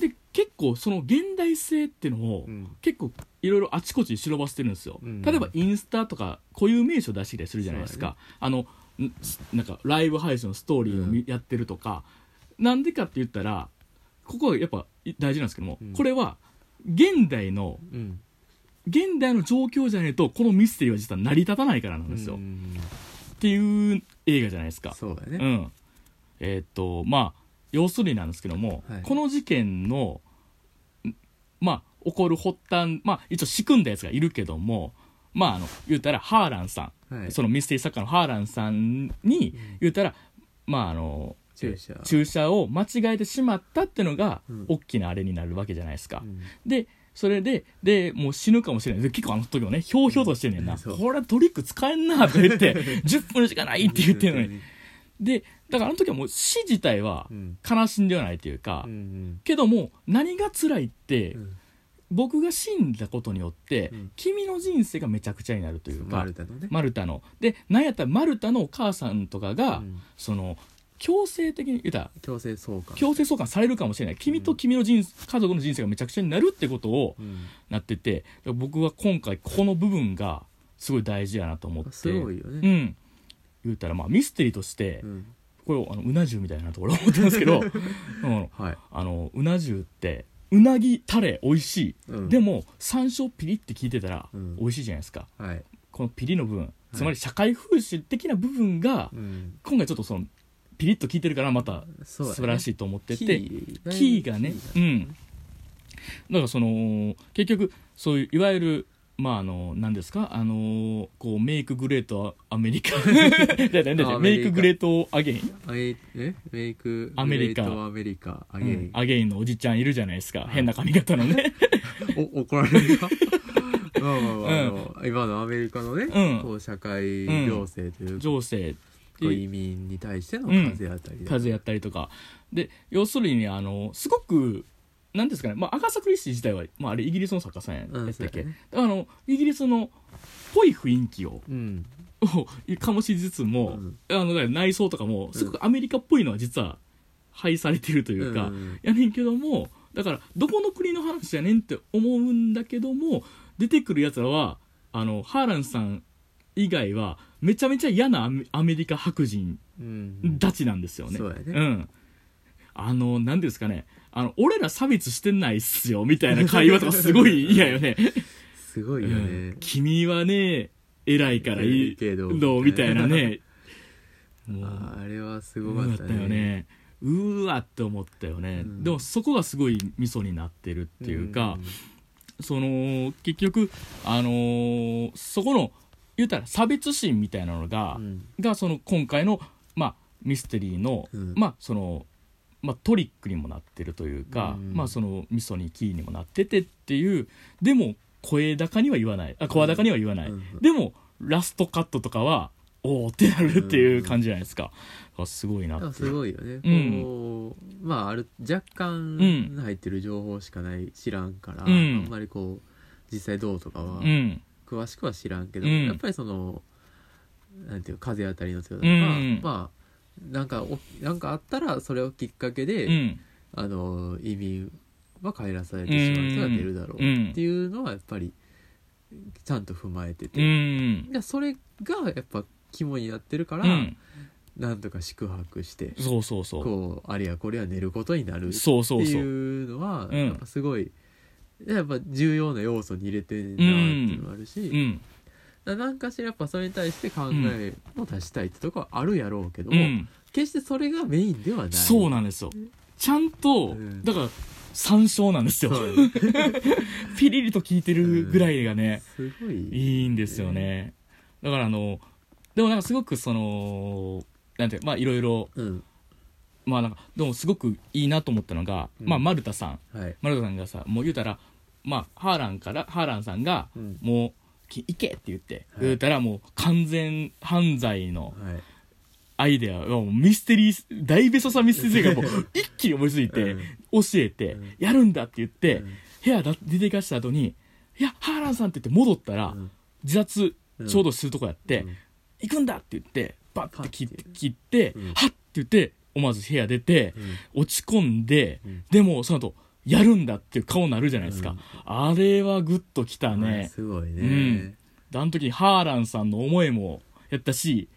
S1: で結構その現代性っていうのを、
S2: うん
S1: 結構いろいろあちこちに忍ばせてるんですよ、
S2: うん
S1: 例えばインスタとか固有名称出してきたりするじゃないですか、あのんすなんかライブ配信のストーリーをみ、
S2: う
S1: やってるとかなんでかって言ったらここはやっぱい大事なんですけども、
S2: うん
S1: これは現代の
S2: うん
S1: 現代の状況じゃないとこのミステリーは実は成り立たないからなんですよ、
S2: う
S1: っ
S2: ん
S1: ていう映画じゃないですか
S2: そうだ
S1: う
S2: ね
S1: ん、えーっとまあ要するになんですけども、
S2: はい
S1: この事件のんまあ起こる発端まあ一応仕組んだやつがいるけどもまああの言うたらハーランさん、
S2: はい
S1: そのミステリー作家のハーランさんに
S2: ん
S1: 言うたら、まああの
S2: 注射
S1: 注射を間違えてしまったってのが、
S2: うん
S1: 大きなあれになるわけじゃないですか、
S2: うん
S1: でそれででもう死ぬかもしれないで結構あの時もねひょうひょうとしてんねんな、
S2: うんそう
S1: これはトリック使えんなとか言って 10分しかないって言ってんのにでだからあの時はもう死自体は
S2: うん
S1: 悲しんではないというか、
S2: うん
S1: けども何が辛いって、
S2: うん
S1: 僕が死んだことによって、
S2: うん
S1: 君の人生がめちゃくちゃになるというか
S2: マ
S1: マ
S2: ル
S1: ル
S2: タのね
S1: タのでなんやったらマルタのお母さんとかが、
S2: うん
S1: その強制的に言ったら
S2: 強制送還
S1: 強制送還されるかもしれない君と君の人、家族の人生がめちゃくちゃになるってことを
S2: うん
S1: なっててだから僕は今回この部分がすごい大事やなと思って
S2: すごいよ
S1: う
S2: ね
S1: ん、言うたらまあミステリーとして、
S2: うん
S1: これあのうな重みたいなところ思ってますけど、 うん、
S2: はい
S1: あのうな重ってうなぎタレ美味しい、
S2: うん
S1: でも山椒ピリって聞いてたら
S2: うん
S1: 美味しいじゃないですか、
S2: はい
S1: このピリの部分つまり社会風刺的な部分が、
S2: うん
S1: 今回ちょっとそのピリッと効いてるからまた
S2: そうだ
S1: 素
S2: ね
S1: 晴らしいと思ってて、
S2: キー
S1: キーがねうんだからその結局そういういわゆるまああの何ですかあのこうメイクグレートアメリ カだよねだよね
S2: アメ
S1: メ
S2: リカ
S1: イクグレートアゲイン
S2: ええメイク
S1: アメリカ
S2: グレートアメリカアゲイ
S1: うん
S2: ン
S1: アゲインのおじちゃんいるじゃないですか、変な髪型の ね
S2: お怒られ るかまあまあまああの今のアメリカのね
S1: うん
S2: こう社会行政というか
S1: 情勢って
S2: こう
S1: いう
S2: 移民に対しての風当たり
S1: 風やったりとかで要するにあのすごくなんですかね、まあ、アガサ・クリスティ自体は、まあ、あれイギリスの作家さんや
S2: うん
S1: やったっけ、
S2: そうやね
S1: だからあのイギリスのぽい雰囲気を
S2: うん
S1: を醸しつつも、
S2: うん
S1: あのだから内装とかもすごくアメリカっぽいのは実は配されてるというか、
S2: うん
S1: やねんけどもだからどこの国の話やねんって思うんだけども出てくるやつらはあのハーランさん以外はめちゃめちゃ嫌なアメアメリカ白人
S2: うん
S1: たちなんですよね。
S2: そうやね
S1: んあの、なんです かね。あの、俺ら差別してないっすよ、みたいな会話とかすごい嫌よね。
S2: すごいよね
S1: うん、君はね偉いからいい
S2: けど
S1: どうみたいなねもう
S2: あーあれはす
S1: う
S2: ごか
S1: わ
S2: っ
S1: ったたよね
S2: ね
S1: うわって思ったよね、
S2: うん
S1: でもそこがすごいミソになってるっていうか、その結局あのーそこの言うたら差別心みたいなのが、
S2: うんうん
S1: がその今回のまあミステリーの、
S2: うん
S1: まあそのまあ、トリックにもなってるというか、
S2: うん
S1: まあそのミソにキーにもなっててっていうでも声高には言わないあ声高には言わない、
S2: うん
S1: でもラストカットとかはおおってなるっていう感じじゃないですか、あすごいな
S2: でも
S1: って
S2: すごいよね、
S1: うん
S2: こうまあある若
S1: うん
S2: 干入ってる情報しかない知らんから、
S1: うん
S2: あんまりこう実際どうとかは
S1: うん
S2: 詳しくは知らんけど、
S1: うん
S2: やっぱりそのなんていうか風当たりの強さと
S1: う
S2: か、
S1: ん
S2: まあなんかおなんかあったらそれをきっかけで、
S1: うん
S2: あの移民は帰らされてしまう人が出るだろ
S1: う
S2: うっ
S1: ん
S2: ていうのはやっぱりちゃんと踏まえて
S1: う
S2: て、
S1: ん
S2: いやそれがやっぱ肝になってるから、
S1: うん
S2: なんとか宿泊して
S1: そうそうそう
S2: こうあれやこれや寝ることになるって
S1: そうそうそ
S2: いううのは
S1: うん
S2: やっぱすごい、やっぱ重要な要素に入れてるなっていうのもあるし、
S1: うん
S2: ななんかしらやっぱそれに対して考えも出したいってとこはあるやろうけど
S1: う
S2: も、
S1: ん
S2: 決してそれがメインではない
S1: そうなんですよちゃんと
S2: うん
S1: だから参照なんですよ
S2: そうよね
S1: ピリリと効いてるぐらいがね
S2: すごい
S1: いいんですよねだからあのでもなんかすごくそのなんてまあいろいろ
S2: うん
S1: まあなんかでもすごくいいなと思ったのが
S2: うん
S1: まあ丸田さん
S2: はい、
S1: 丸田さんがさもう言うたらまあハーランからハーランさんが
S2: うん
S1: もうき行けって言って
S2: はい
S1: 言うたらもう完全犯罪の
S2: はい、
S1: アイデアがもうミステリー大ベソさミステリーがもう一気に思いついて
S2: うん
S1: 教えて
S2: うん
S1: やるんだって言って、
S2: うん
S1: 部屋だ出ていかした後に「いやハーランさん」って言って戻ったら、
S2: うん
S1: 自殺
S2: うん
S1: ちょうどするとこやって「
S2: うん
S1: 行くんだ!」って言ってバッて切って
S2: パッて
S1: 切って「
S2: うん
S1: はっ!」って言って思わず部屋出て
S2: うん
S1: 落ち込んで、
S2: うん
S1: でもその後やるんだっていう顔になるじゃないですか、
S2: うん
S1: あれはグッときた
S2: あ
S1: ね、
S2: すごいね、
S1: うんであの時にハーランさんの思いもやったし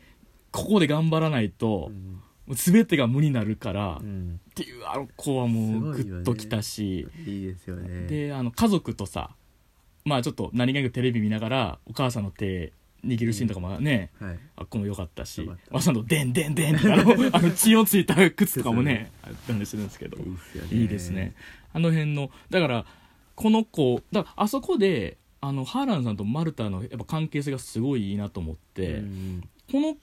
S1: ここで頑張らないと
S2: うん
S1: 全てが無になるから、
S2: う
S1: っ
S2: ん
S1: ていうあの子はもうグ
S2: すごいよね
S1: ッときたし、
S2: いいですよね
S1: であの家族とさまあちょっと何気なくテレビ見ながらお母さんの手握るシーンとかもね、
S2: はい
S1: あっこも良かったし
S2: よかった
S1: まあそのでんでんでんってあのあの血をついた靴とかもねあったりするんですけど
S2: いいっすよね
S1: いいですねあの辺のだからこの子だからあそこであのハーランさんとマルタのやっぱ関係性がすごいいいなと思って、
S2: うん
S1: この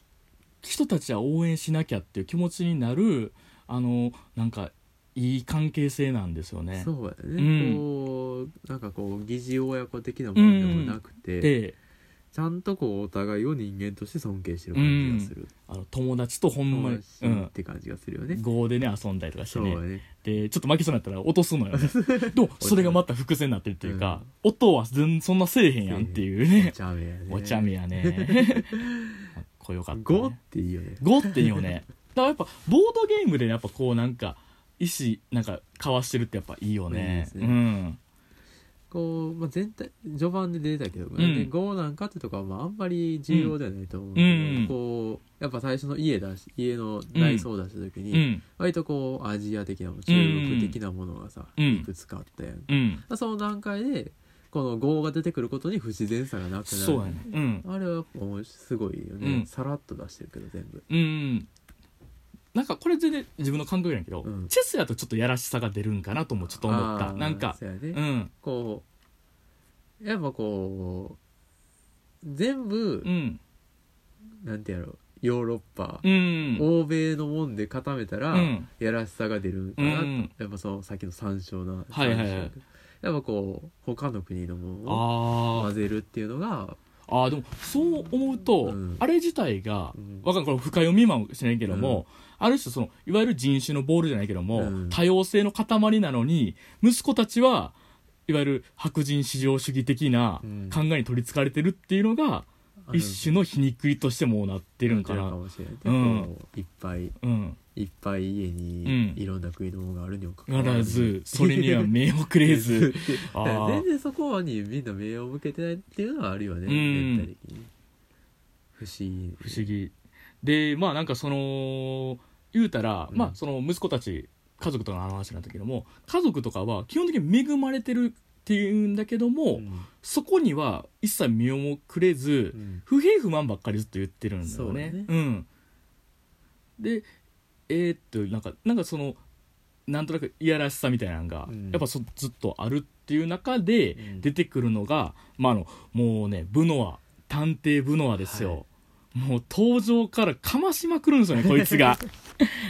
S1: 人たちは応援しなきゃっていう気持ちになるあのなんかいい関係性なんですよね。
S2: そうや
S1: う
S2: ね、
S1: ん
S2: こうなんかこう疑似親子的なものでもなくて、
S1: で
S2: ちゃんとこうお互いを人間として尊敬してる感じがする、
S1: あの友達とほ
S2: うん
S1: まに、う
S2: っ
S1: ん、
S2: て感じがするよね、
S1: 合でね遊んだりとかして
S2: そう
S1: ね
S2: やね
S1: でちょっと負けそうになったら落とすのよねでもそれがまた伏線になってるっていうか、音は全そんなせえへんやんっていう
S2: お
S1: ね
S2: 茶目やね
S1: お茶目や ねかっこよかった、
S2: 5っ
S1: ね、
S2: ていいよね
S1: 5っていいよね だからやっぱボードゲームでやっぱこうなんか意思なんか交わしてるってやっぱいいよ
S2: いい
S1: ね
S2: ですね
S1: うん
S2: こう、まあ、全体序盤で出てたけど、
S1: ん
S2: で5なんかってとかはまああんまり重要ではないと思うけど、
S1: うん
S2: こうやっぱ最初の家出し家の内装を出した時
S1: う
S2: に、
S1: ん
S2: 割とこうアジア的なもの中国的なものがさ、
S1: うん
S2: いくつかあったやん、
S1: うん
S2: その段階でこの5が出てくることに不自然さがなくなる
S1: そうやねうん
S2: あれはもうすごいよね、
S1: うん
S2: さらっと出してるけど全部
S1: うんなんかこれ全然自分の感覚やねんけど、
S2: うん
S1: チェスやとちょっとやらしさが出るんかなともちょっと思った
S2: あー
S1: なんか
S2: そうやね、
S1: うん
S2: こうやっぱこう全部
S1: う、ん
S2: なんてやろうヨーロッパ、
S1: うん
S2: 欧米のもんで固めたら、
S1: うん
S2: やらしさが出るかなと、
S1: うん
S2: やっぱそのさっきの参照な
S1: はいはいはい
S2: やっぱこう他の国のもんを
S1: あ
S2: 混
S1: ー
S2: ぜるっていうのが、
S1: あーでもそう思うと、
S2: うん
S1: あれ自体が
S2: うん
S1: わかんないこれ深読みもしないけども、ある種そのいわゆる人種のボールじゃないけども、
S2: うん
S1: 多様性の塊なのに息子たちはいわゆる白人至上主義的な
S2: うん
S1: 考えに取りつかれてるっていうのが、
S2: あの
S1: 一種の皮肉りとしてもうなってるんか
S2: 出
S1: な。
S2: るかもしれない、
S1: うん
S2: こういっぱい
S1: うん、
S2: いっぱい家
S1: うん
S2: にいろんな国のものがあるにもかかわ
S1: な
S2: ら
S1: ら
S2: ず
S1: ずそれには目をくれずあー
S2: 全然そこにみんな目を向けてないっていうのはあるよね、
S1: うん
S2: 全体的に不思議
S1: 不思議でまあなんかその言うたら、
S2: うん
S1: まあその息子たち家族とかの話なんだけども家族とかは基本的に恵まれてるっていうんだけども、そこには一切身をもくれず、
S2: うん
S1: 不平不満ばっかりずっと言ってるんだよね。
S2: そうだね
S1: ん、でえーっとなんかなんかそのなんとなくいやらしさみたいなのが、
S2: うん
S1: やっぱそずっとあるっていう中で
S2: うん
S1: 出てくるのが、まあ、あのもうねブノア探偵ブノアですよ、もう登場からかましまくるんですよねこいつ が。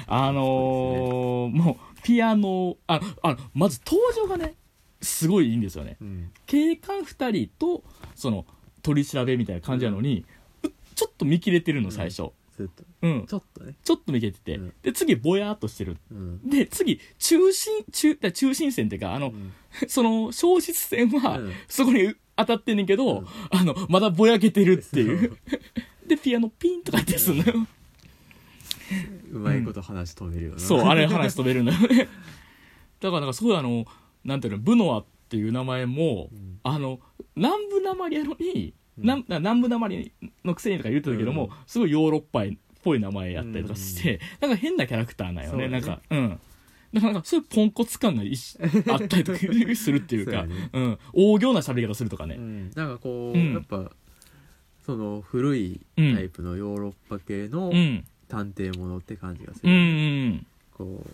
S1: あのーもうピアノああまず登場がねすごいいいんですよね。
S2: うん
S1: 警官2人とその取り調べみたいな感じなのに、うちょっと見切れてるの最初、
S2: ずっと
S1: うん
S2: ちょっとね
S1: ちょっと見切れてて、
S2: うん
S1: で次ぼやーっとしてる
S2: うん
S1: で次中心中だから中心線っていうかあの、
S2: うん
S1: その消失線は、
S2: うん
S1: そこに当たってんねんけど、
S2: うん
S1: あのまだぼやけてるってい
S2: そう
S1: でピアノピンとかってすんのよ、
S2: うまいこと話飛べるよな
S1: そうあれ話飛べるんだよねだからなんかすごいあのなんていうのブノアっていう名前も、
S2: うん
S1: あの南部なまりやのに、
S2: うん
S1: なん、な南部なまりのくせにとか言ってたけども、
S2: うん
S1: すごいヨーロッパっぽい名前やったりとかして、なんか変なキャラクターなんよね
S2: そうだね
S1: なんかうんだからなんかそういうポンコツ感がいしあったりとかするっていうか
S2: そうやね
S1: うん、大行な喋り方するとかね、
S2: うんなんかこう、
S1: うん
S2: やっぱその古いタイプのヨーロッパ系の
S1: うん、
S2: 探偵ものって感じがす
S1: うんう
S2: る、
S1: ん
S2: こ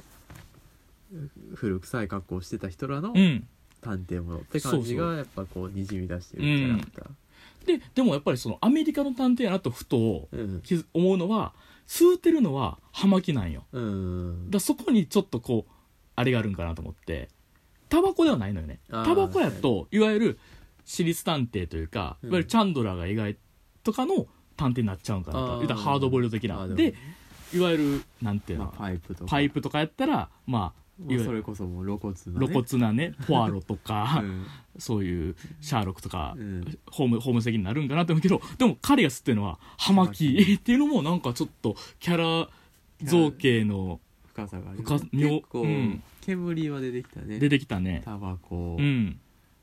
S2: う古臭い格好をしてた人ら
S1: う
S2: の
S1: んうん
S2: 探偵ものって感じ
S1: そう
S2: がやっぱこうにじみ出してるキャラクター、
S1: ででもやっぱりそのアメリカの探偵やなとふと
S2: うん
S1: 気づ思うのは吸うてるのは葉巻なんよ
S2: うん
S1: だからそこにちょっとこうあれがあるんかなと思ってタバコではないのよね
S2: あー
S1: タバコやといわゆる私立探偵というか、
S2: うん
S1: いわゆるチャンドラーが描いとかの探偵になっちゃうんかな
S2: あ
S1: と
S2: ー
S1: 言ったらハードボイルド的
S2: あ
S1: な
S2: ー
S1: で
S2: も
S1: いわゆるなんていうの、
S2: まあパイプとか
S1: パイプとかやったらまあ
S2: まあそれこそもう露骨な、ね、
S1: 露骨な ねポアロとか、
S2: うん
S1: そういうシャーロックとか、
S2: うん
S1: ホームホーム席になるんかなと思うけどでも彼が吸ってるのは葉
S2: 葉
S1: 巻
S2: 巻
S1: っていうのもなんかちょっとキャラ造形の
S2: 深さがある
S1: 深みを
S2: 結構、
S1: うん
S2: 煙は出てきたね
S1: 出てきたね。
S2: タバコ、
S1: うん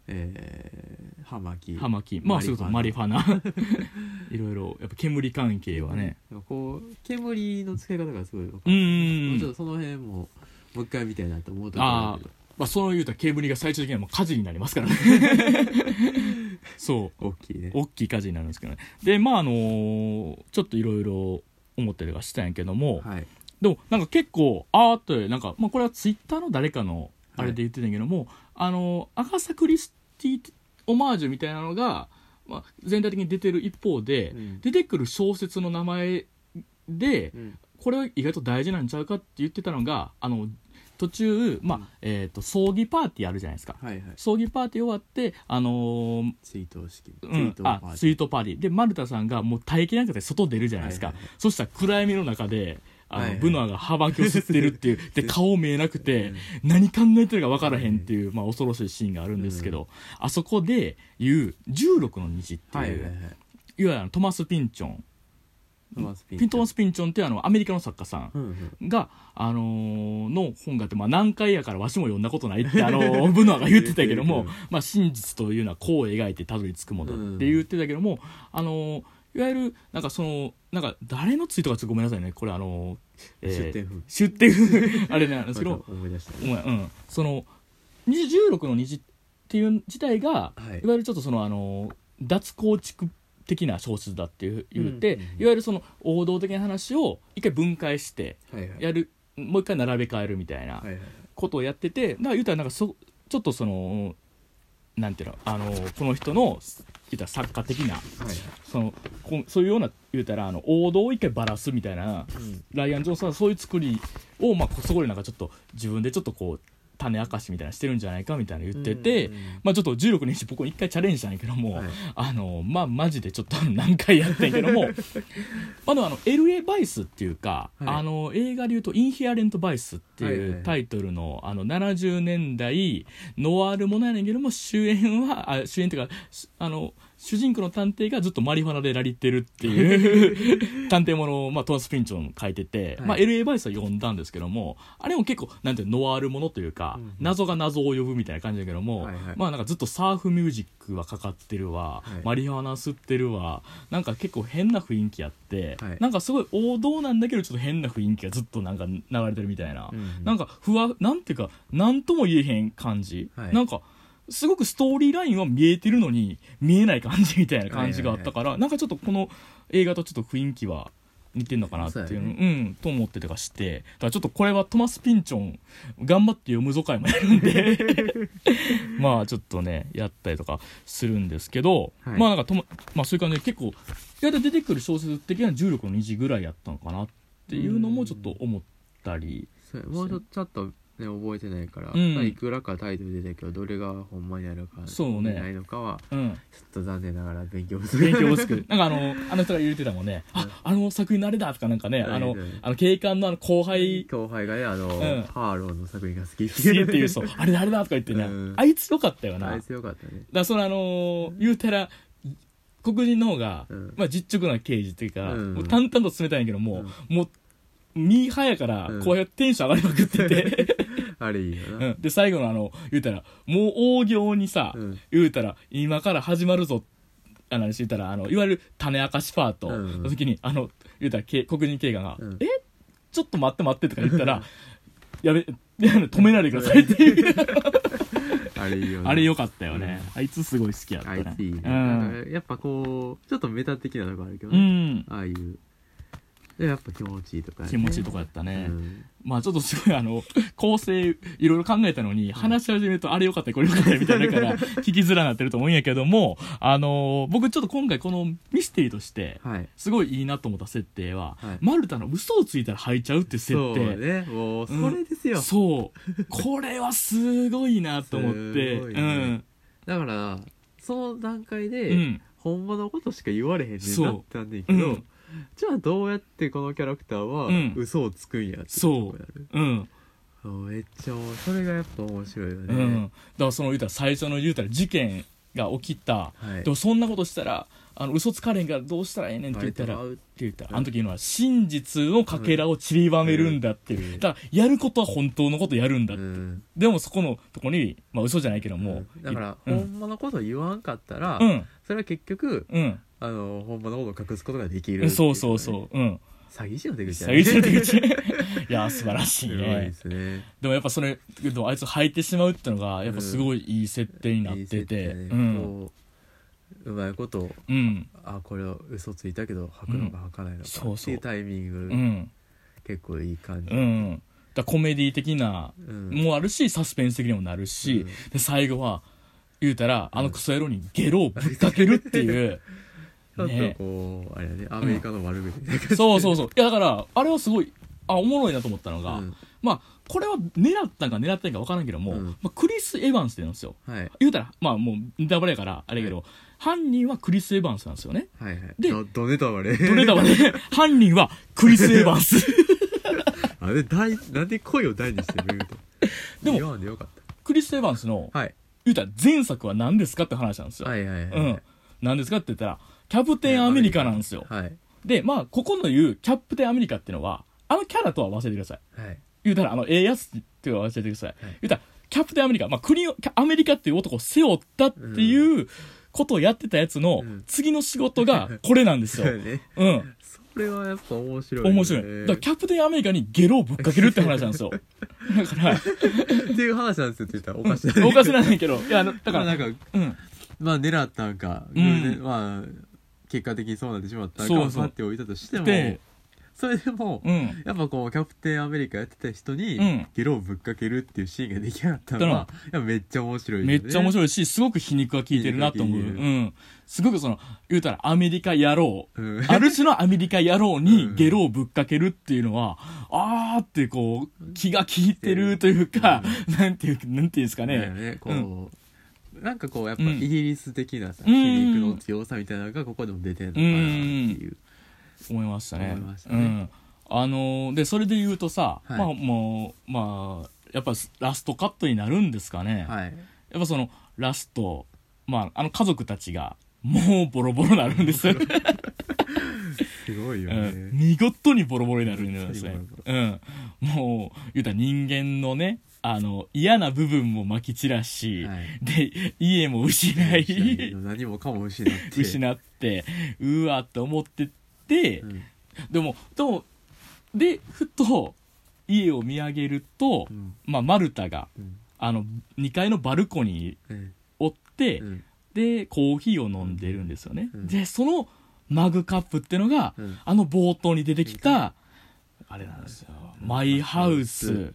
S2: えー、葉巻
S1: 葉巻まあ
S2: マ
S1: それ
S2: リファナ
S1: こそマリファナ いろいろやっぱ煙関係はね
S2: なんかこう煙の使い方がすごいわか
S1: うん
S2: る、
S1: うん
S2: ち
S1: う
S2: ょっ
S1: ん
S2: とその辺ももう一回見たいなと思うところだけど
S1: まあそういうたら煙が最終的にはもう火事になります からねそう
S2: 大きいね
S1: 大きい火事になるんですけどねでまああのーちょっといろいろ思ったりはしたんやけども、
S2: はい
S1: でもなんか結構あーってなんか、まあ、これはツイッターの誰かのあれで言ってたんやけども、あのアガサ・クリスティオマージュみたいなのが、まあ、全体的に出てる一方で、
S2: うん
S1: 出てくる小説の名前で
S2: うん
S1: これは意外と大事なんちゃうかって言ってたのがあの途中、まあ
S2: うん
S1: えー、と葬儀パーティーあるじゃないですか。
S2: はいはい
S1: 葬儀パーティー終わって、あのー
S2: 追悼式追
S1: うん、
S2: 悼
S1: あ
S2: パー
S1: ス
S2: テ
S1: イ
S2: ィ
S1: ートパーティーで丸田さんがもう待機なんかで外出るじゃないですか、
S2: はいはい
S1: そしたら暗闇の中であの、
S2: はいはい
S1: ブノアが幅きを吸ってるっていう で顔見えなくて
S2: うん
S1: 何考えてるか分からへんっていう、まあ、恐ろしいシーンがあるんですけど、あそこで言う「16の虹」って
S2: ー
S1: いう、
S2: は
S1: い
S2: いはいは
S1: わ
S2: い
S1: ゆるあのトマス・ピンチョン
S2: トマスピン
S1: ピントマス・ピンチョンっていうあのアメリカの作家さん
S2: うんうん
S1: が、あのーの本があって、まあ、何回やからわしも読んだことないって、あのーブノアが言ってたけど
S2: 言っ
S1: も
S2: てる、
S1: まあ、真実というのはこう描いてたどり着くものって言ってたけども、あのーいわゆるなんかそのなんか誰のツイートかちょっとごめんなさいねこれあのー、えー
S2: 出店
S1: 出
S2: 風
S1: 典 風あれなんですけ
S2: ま
S1: ど
S2: た思い出した
S1: お前うんその16の虹っていう自体が、
S2: はい
S1: い、わゆるちょっとそのあの脱構築的な小説だっていう言って、
S2: うんうんうん
S1: いわゆるその王道的な話を一回分解して
S2: はいはい
S1: やるもう一回並べ替えるみたいな
S2: はいはい
S1: ことをやっててだから言うたらなんかそちょっとそのなんていうのあのこの人の言うたら作家的な
S2: はいはい
S1: そのこんそういうような言うたらあの王道を一回バラすみたいな
S2: うん
S1: ライアン・ジョンソンはそういう作りを、まあ、こそこでなんかちょっと自分でちょっとこう種明かしみたいなのしてるんじゃないかみたいな言ってて、
S2: うんうんうん
S1: まあ、ちょっと16日僕も一回チャレンジしたんやけども、
S2: はい
S1: あのまあマジでちょっとあの何回やったんやけど もまあでもあの LA バイスっていうか、
S2: はい
S1: あの映画でいうと「インヒアレント・バイス」って
S2: はい
S1: い
S2: はいう
S1: タイトルの,、あの70年代ノワールものやねんけども主演はあ主演っていうかしあの主人公の探偵がずっとマリファナでラリってるって いう探偵ものを、まあ、トマス・ピンチョン書いてて、
S2: はい
S1: まあ、LA バイスは読んだんですけどもあれも結構なんていうのノワールものというか、
S2: うん
S1: 謎が謎を呼ぶみたいな感じだけども、
S2: はいはい
S1: まあなんかずっとサーフミュージックはかかってるわ、
S2: はい
S1: マリファナ吸ってるわなんか結構変な雰囲気あって、
S2: はい
S1: なんかすごい王道なんだけどちょっと変な雰囲気がずっとなんか流れてるみたいな、
S2: うん
S1: なんかふわなんていうか何とも言えへん感じ、
S2: はい
S1: なんかすごくストーリーラインは見えてるのに見えない感じみたいな感じがあったから、なんかちょっとこの映画とちょっと雰囲気は似てんのかなっていう
S2: そうやね
S1: うんと思ってとかしてだからちょっとこれはトマス・ピンチョン頑張って読むぞ会もやるん でまあちょっとねやったりとかするんですけど、
S2: はい
S1: まあなんかとも、まあ、そういう感じで結構意外と出てくる小説的な重力の虹ぐらいやったのかなっていうのもちょっと思ったり
S2: そうやもうちょちょっとね覚えてないから、
S1: うん
S2: まあ、いくらかタイトル出たけどどれがほんまにあるか
S1: そうね
S2: ないのかは
S1: うん
S2: ちょっと残念ながら勉強不足
S1: 勉強不足 なんかあのあの人が言うてたもんね「ああの作品のあれだ」とかなんかねあの
S2: はいはい
S1: あの警官のあの後輩
S2: 後輩がねあの、
S1: ん
S2: ハーローの作品が好き
S1: すげえっていう人あれだあれだとか言ってね、
S2: うん
S1: あいつよかったよな
S2: あいつよかったね
S1: だからそのあのー言うたら黒人の方が、
S2: うん
S1: まあ、実直な刑事っていうか、
S2: うん
S1: もう淡々と進めたんやけどもう、もうミーハーやから
S2: うん
S1: 後輩はテンション上がりまくってて、
S2: あれいいよ
S1: う
S2: な、
S1: ん、で最後のあの言うたらもう大行にさ、
S2: うん
S1: 言うたら今から始まるぞあの言うたらあのいわゆる種明かしパート
S2: うん
S1: の時に、あの言うたらけ黒人警官が「
S2: うん
S1: えちょっと待って待って」とか言ったら 「やべやめ止めないでください」っていう
S2: あれいいよな
S1: あれ良かったよね、あいつすごい好きやった
S2: あ
S1: ね
S2: いついいね、
S1: うん、
S2: やっぱこうちょっとメタ的なとこあるけ
S1: う
S2: どね、
S1: ん、
S2: ああいうでやっぱ気持ちいいとか、ね、
S1: 気持ちいいとこやったね、
S2: うん
S1: まあちょっとすごいあの構成いろいろ考えたのに話し始めるとあれ良かったこれ良かったみたいなから 聞きづらなってると思うんやけどもあの僕ちょっと今回このミステリーとして
S2: はい
S1: すごいいいなと思った設定は、
S2: はい
S1: マルタの嘘をついたら吐いちゃうって設
S2: そう
S1: 定
S2: ねもうそれですよ、
S1: そうこれはすごいなと思って
S2: すご
S1: う
S2: い
S1: ん
S2: ねだからその段階で、
S1: うん
S2: ほんまのことしか言われへんねん
S1: そう
S2: なってなんねんけど、
S1: うん
S2: じゃあどうやってこのキャラクターは
S1: うん
S2: 嘘をつくんやって
S1: そう
S2: とこやる
S1: うん
S2: あめっちゃもうそれがやっぱ面白いよ
S1: う
S2: ね、
S1: んだからその言うたら最初の言うたら事件が起きた
S2: はい
S1: でもそんなことしたらあの嘘つかれへんからどうしたらええねんって言ったら
S2: バレてまう
S1: って言ったらあの時言うのは真実のかけらを散りばめるんだっていう、
S2: うん
S1: だからやることは本当のことやるんだ、
S2: うん
S1: でもそこのとこにまあ嘘じゃないけども、
S2: だから、
S1: うん
S2: ほんまのこと言わんかったら、
S1: うん
S2: それは結局
S1: うん、
S2: あのほんまのことを隠すことができる
S1: うん、そうそう
S2: う
S1: そううん
S2: 詐欺師の出口や
S1: 詐
S2: ね
S1: 欺師の手口 いや素晴らしい
S2: すごい
S1: ね
S2: ですね
S1: でもやっぱそれでもあいつ履いてしまうってのがやっぱすごいいい設定になってて
S2: いい設定
S1: う
S2: ね
S1: ん、
S2: こううまいこと
S1: うん
S2: あこれは嘘ついたけど吐くのか吐かないのか
S1: うんそう
S2: っ
S1: そ
S2: て
S1: う
S2: いうタイミング、
S1: うん
S2: 結構いい感じ、
S1: うんだからコメディ的な
S2: うん
S1: もあるしサスペンス的にもなるし、
S2: うん
S1: で最後は言うたらあのクソ野郎にゲロをぶっかける っていう、
S2: ちょっ
S1: ね
S2: とこう、あれやねアメリカの悪口みたいな感じ
S1: そうそうそういやだからあれはすごいあおもろいなと思ったのが、
S2: うん
S1: まあこれは狙ったんか狙ってんか分からんけども、
S2: うん
S1: まあ、クリス・エヴァンスって言うんですよ
S2: はい
S1: 言うたらまあもうネタバレやからあれやけど、犯人はクリス・エヴァンスなんですよね
S2: はいはい
S1: で
S2: どどネタバレ
S1: どれだわね 犯人はクリス・エヴァンス
S2: あれ大なんで声を大にしてると
S1: でも
S2: 言わんでよかっ
S1: クリス・エヴァンスの
S2: たはい
S1: 言うたら前作は何ですかって話なんですよ、
S2: はいはいはい、
S1: うん何ですかって言ったらキャプテンアメリカなんですよ、
S2: はい
S1: でまあここの言うキャプテンアメリカっていうのはあのキャラとは忘れてください
S2: はい
S1: 言うたらあのええやつっていうのは忘れてください、
S2: はい
S1: 言うたらキャプテンアメリカ、まあ、国をキャアメリカっていう男を背負ったっていうことをやってたやつの
S2: うん
S1: 次の仕事がこれなんです
S2: そう や
S1: よ、
S2: ね
S1: うん、
S2: それはやっぱ面白い、ね、
S1: 面白いだからキャプテンアメリカにゲロをぶっかけるって話なん ですよだから
S2: っていう話なんですよって言ったらおかしい、
S1: おか しなんやけどいやあのだか
S2: だから
S1: ら、
S2: なんか
S1: うん、
S2: まあ狙ったんか、
S1: うん
S2: まあ結果的にそうなってしまったんか
S1: そうそう
S2: パッて置いたとしても
S1: で
S2: それでも、
S1: うん
S2: やっぱこうキャプテンアメリカやってた人に、
S1: うん
S2: ゲロをぶっかけるっていうシーンが出来上がったのは、いやめっちゃ面白いよ
S1: め
S2: ね、
S1: っちゃ面白いしすごく皮肉が効いてるなと思う、う
S2: 皮肉が効いてる
S1: ん、すごくその言うたらアメリカ野郎
S2: うん、
S1: ある種のアメリカ野郎に
S2: うん
S1: ゲロをぶっかけるっていうのは、あーってこう、気が利いてるというか、なんていう、なんていうんですか
S2: だよ
S1: ね。
S2: ねこう、なんかこうやっぱ
S1: うん
S2: イギリス的なさ、
S1: うん
S2: 皮肉の強さみたいなのがここでも出てるのかなっていう、
S1: 思いましたね。
S2: 思いましたね
S1: うん。あのーで、それで言うとさ、
S2: はい
S1: まあもう、まあ、やっぱラストカットになるんですかね。
S2: はい
S1: やっぱその、ラスト、まあ、あの家族たちが、もうボロボロになるんですよ。
S2: すごいよ
S1: う
S2: ね、
S1: ん見事にボロボロになるんですね
S2: 本。
S1: うん。もう、言うたら人間のね、あの、嫌な部分もまき散らし、
S2: はい
S1: で、家も失い、
S2: 何もかも失って
S1: 失って、うわって思ってて、
S2: うん
S1: でも、でも、で、ふと、家を見上げると、
S2: うん
S1: まあ、マルタが、
S2: うん
S1: あの、2階のバルコニー
S2: うん
S1: って、
S2: うん
S1: でコーヒーを飲んでるんですよね、
S2: うん
S1: でそのマグカップってのが、
S2: うん
S1: あの冒頭に出てきたあれなんですよマイハウス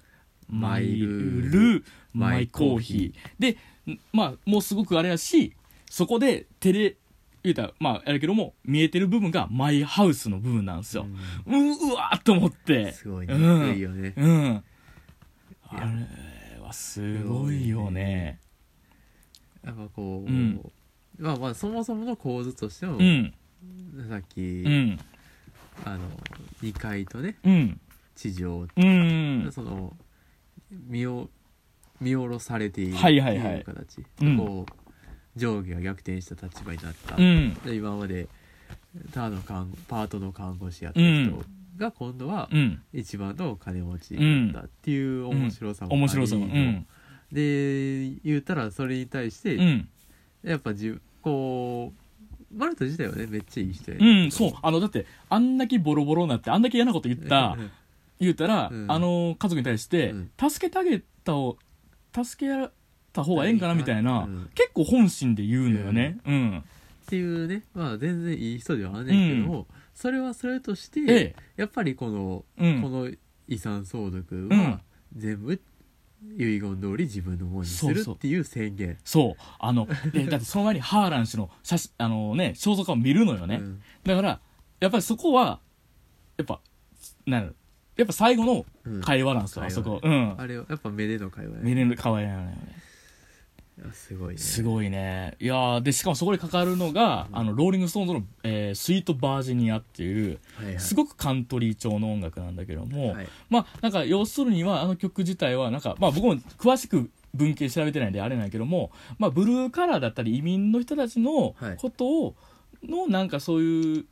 S1: マイルーマイコーヒーでんまあもうすごくあれやしそこでテレ言うたらまあやるけども見えてる部分がマイハウスの部分なんですよ、ううわーっと思って
S2: すごいね、
S1: うん
S2: いいよね
S1: うんあれはすごいよね
S2: なんかこう、
S1: うん
S2: まあまあそもそもの構図としても、
S1: うん
S2: さっき、
S1: うん
S2: あの2階とね
S1: うん
S2: 地上、
S1: うん
S2: その見お見下ろされている
S1: はいはいはい
S2: ってう形、
S1: うん
S2: こう上下が逆転した立場になった、
S1: うん
S2: で今まで他の看パートの看護師やった人が今度は
S1: うん
S2: 一番のお金持ちだったっていう面白さもあり、
S1: 面白さもうん
S2: で言うたらそれに対して、
S1: うん
S2: やっぱじゅこうマルト自体はねめっちゃいい人や
S1: う
S2: ね
S1: ん、そう。あの、だって、あんだけボロボロになって、あんだけ嫌なこと言っ た、言うたら、
S2: うん
S1: あの、家族に対して、
S2: うん
S1: 助けてあげたを、助けた方がええんかな、みたいな、
S2: うん
S1: 結構本心で言うのよね。うん。
S2: っていうねまあ全然いい人ではあんねんけども、それはそれとして、
S1: え
S2: やっぱりこの、
S1: え。うん。
S2: この遺産相続
S1: う
S2: は
S1: ん
S2: 全部遺言通り自分のものにする
S1: そうそう
S2: っていう宣言
S1: そう。あの、で、だってその前にハーラン氏の写真、あのね、肖像画を見るのよね。
S2: うん
S1: だから、やっぱりそこは、やっぱ、なんやろやっぱ最後の
S2: うん
S1: 会話なんですよ、
S2: うん
S1: あそこ。うん。
S2: あれはやっぱめでの会話や
S1: 見れ
S2: ね
S1: る会話やのよね。
S2: すごいね
S1: すごいね。いやーで、しかもそこにかかるのが、あの、ローリング・ストーンズの、えースイート・バージニアっていう、
S2: はいはい
S1: すごくカントリー調の音楽なんだけども、
S2: はい
S1: まあ、なんか、要するには、あの曲自体は、なんか、まあ僕も詳しく文系調べてないんであれなんやけども、まあ、ブルーカラーだったり移民の人たちの
S2: はい
S1: ことを、の、なんかそういう、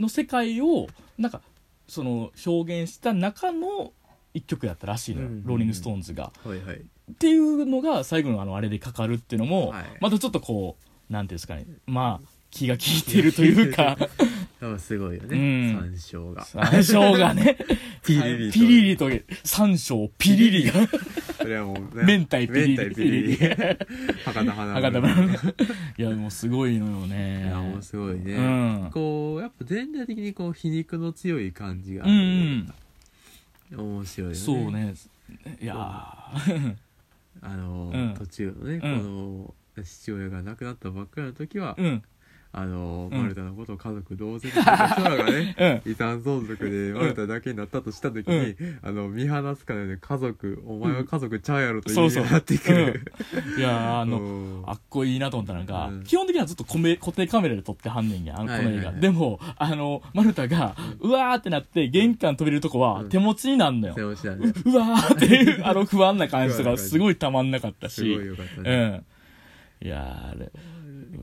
S1: の世界を、なんか、その、表現した中の一曲やったらしいのよ、
S2: うん
S1: ローリング・ストーンズが。
S2: はいはい
S1: っていうのが最後のあのあれでかかるっていうのも、
S2: はい
S1: またちょっとこうなんていうんですかねまあ気が利いてるという か
S2: やっぱすごいよ
S1: うん
S2: ね、山椒が
S1: 山椒がね
S2: ピリリと
S1: ピリリと山椒ピリリが
S2: それはもう、
S1: 明太ピリリ
S2: 明太ピリリ博多花
S1: 博多
S2: 村
S1: 弁いやもうすごいのよね
S2: いやもうすごいうね、
S1: ん
S2: こうやっぱ全体的にこう皮肉の強い感じがあ
S1: う
S2: る、
S1: ん
S2: 面
S1: う
S2: 白いよね
S1: んそうねいや
S2: あの、
S1: うん
S2: 途中のね、
S1: ん
S2: この父親が亡くなったばっかりの時は、
S1: ーうん
S2: あの
S1: うん
S2: マルタのことを家族同然とした人ら がね
S1: うん
S2: 遺産相続でマルタだけになったとした時に、あの見放すかのように家族お前は家族ちゃうやろと
S1: そ
S2: 言
S1: う
S2: い
S1: そう
S2: なってくる
S1: いやーあ
S2: あ
S1: のあっこいいなと思ったのが、
S2: うん
S1: 基本的にはずっとコメ固定カメラで撮ってはんねんや、あのこ
S2: はい
S1: の映画。
S2: はいはい
S1: でも、あの、マルタが、うわーってなって、玄関飛び出るとこは
S2: うん
S1: 手持ちになんのよ。
S2: 背負いしたね
S1: うわーっていう、あの不安な感じと
S2: 不安な
S1: か、
S2: 感じ
S1: すごいたまんなかった
S2: すごい
S1: し。
S2: よかった
S1: う
S2: ね、
S1: ん。いやーあれ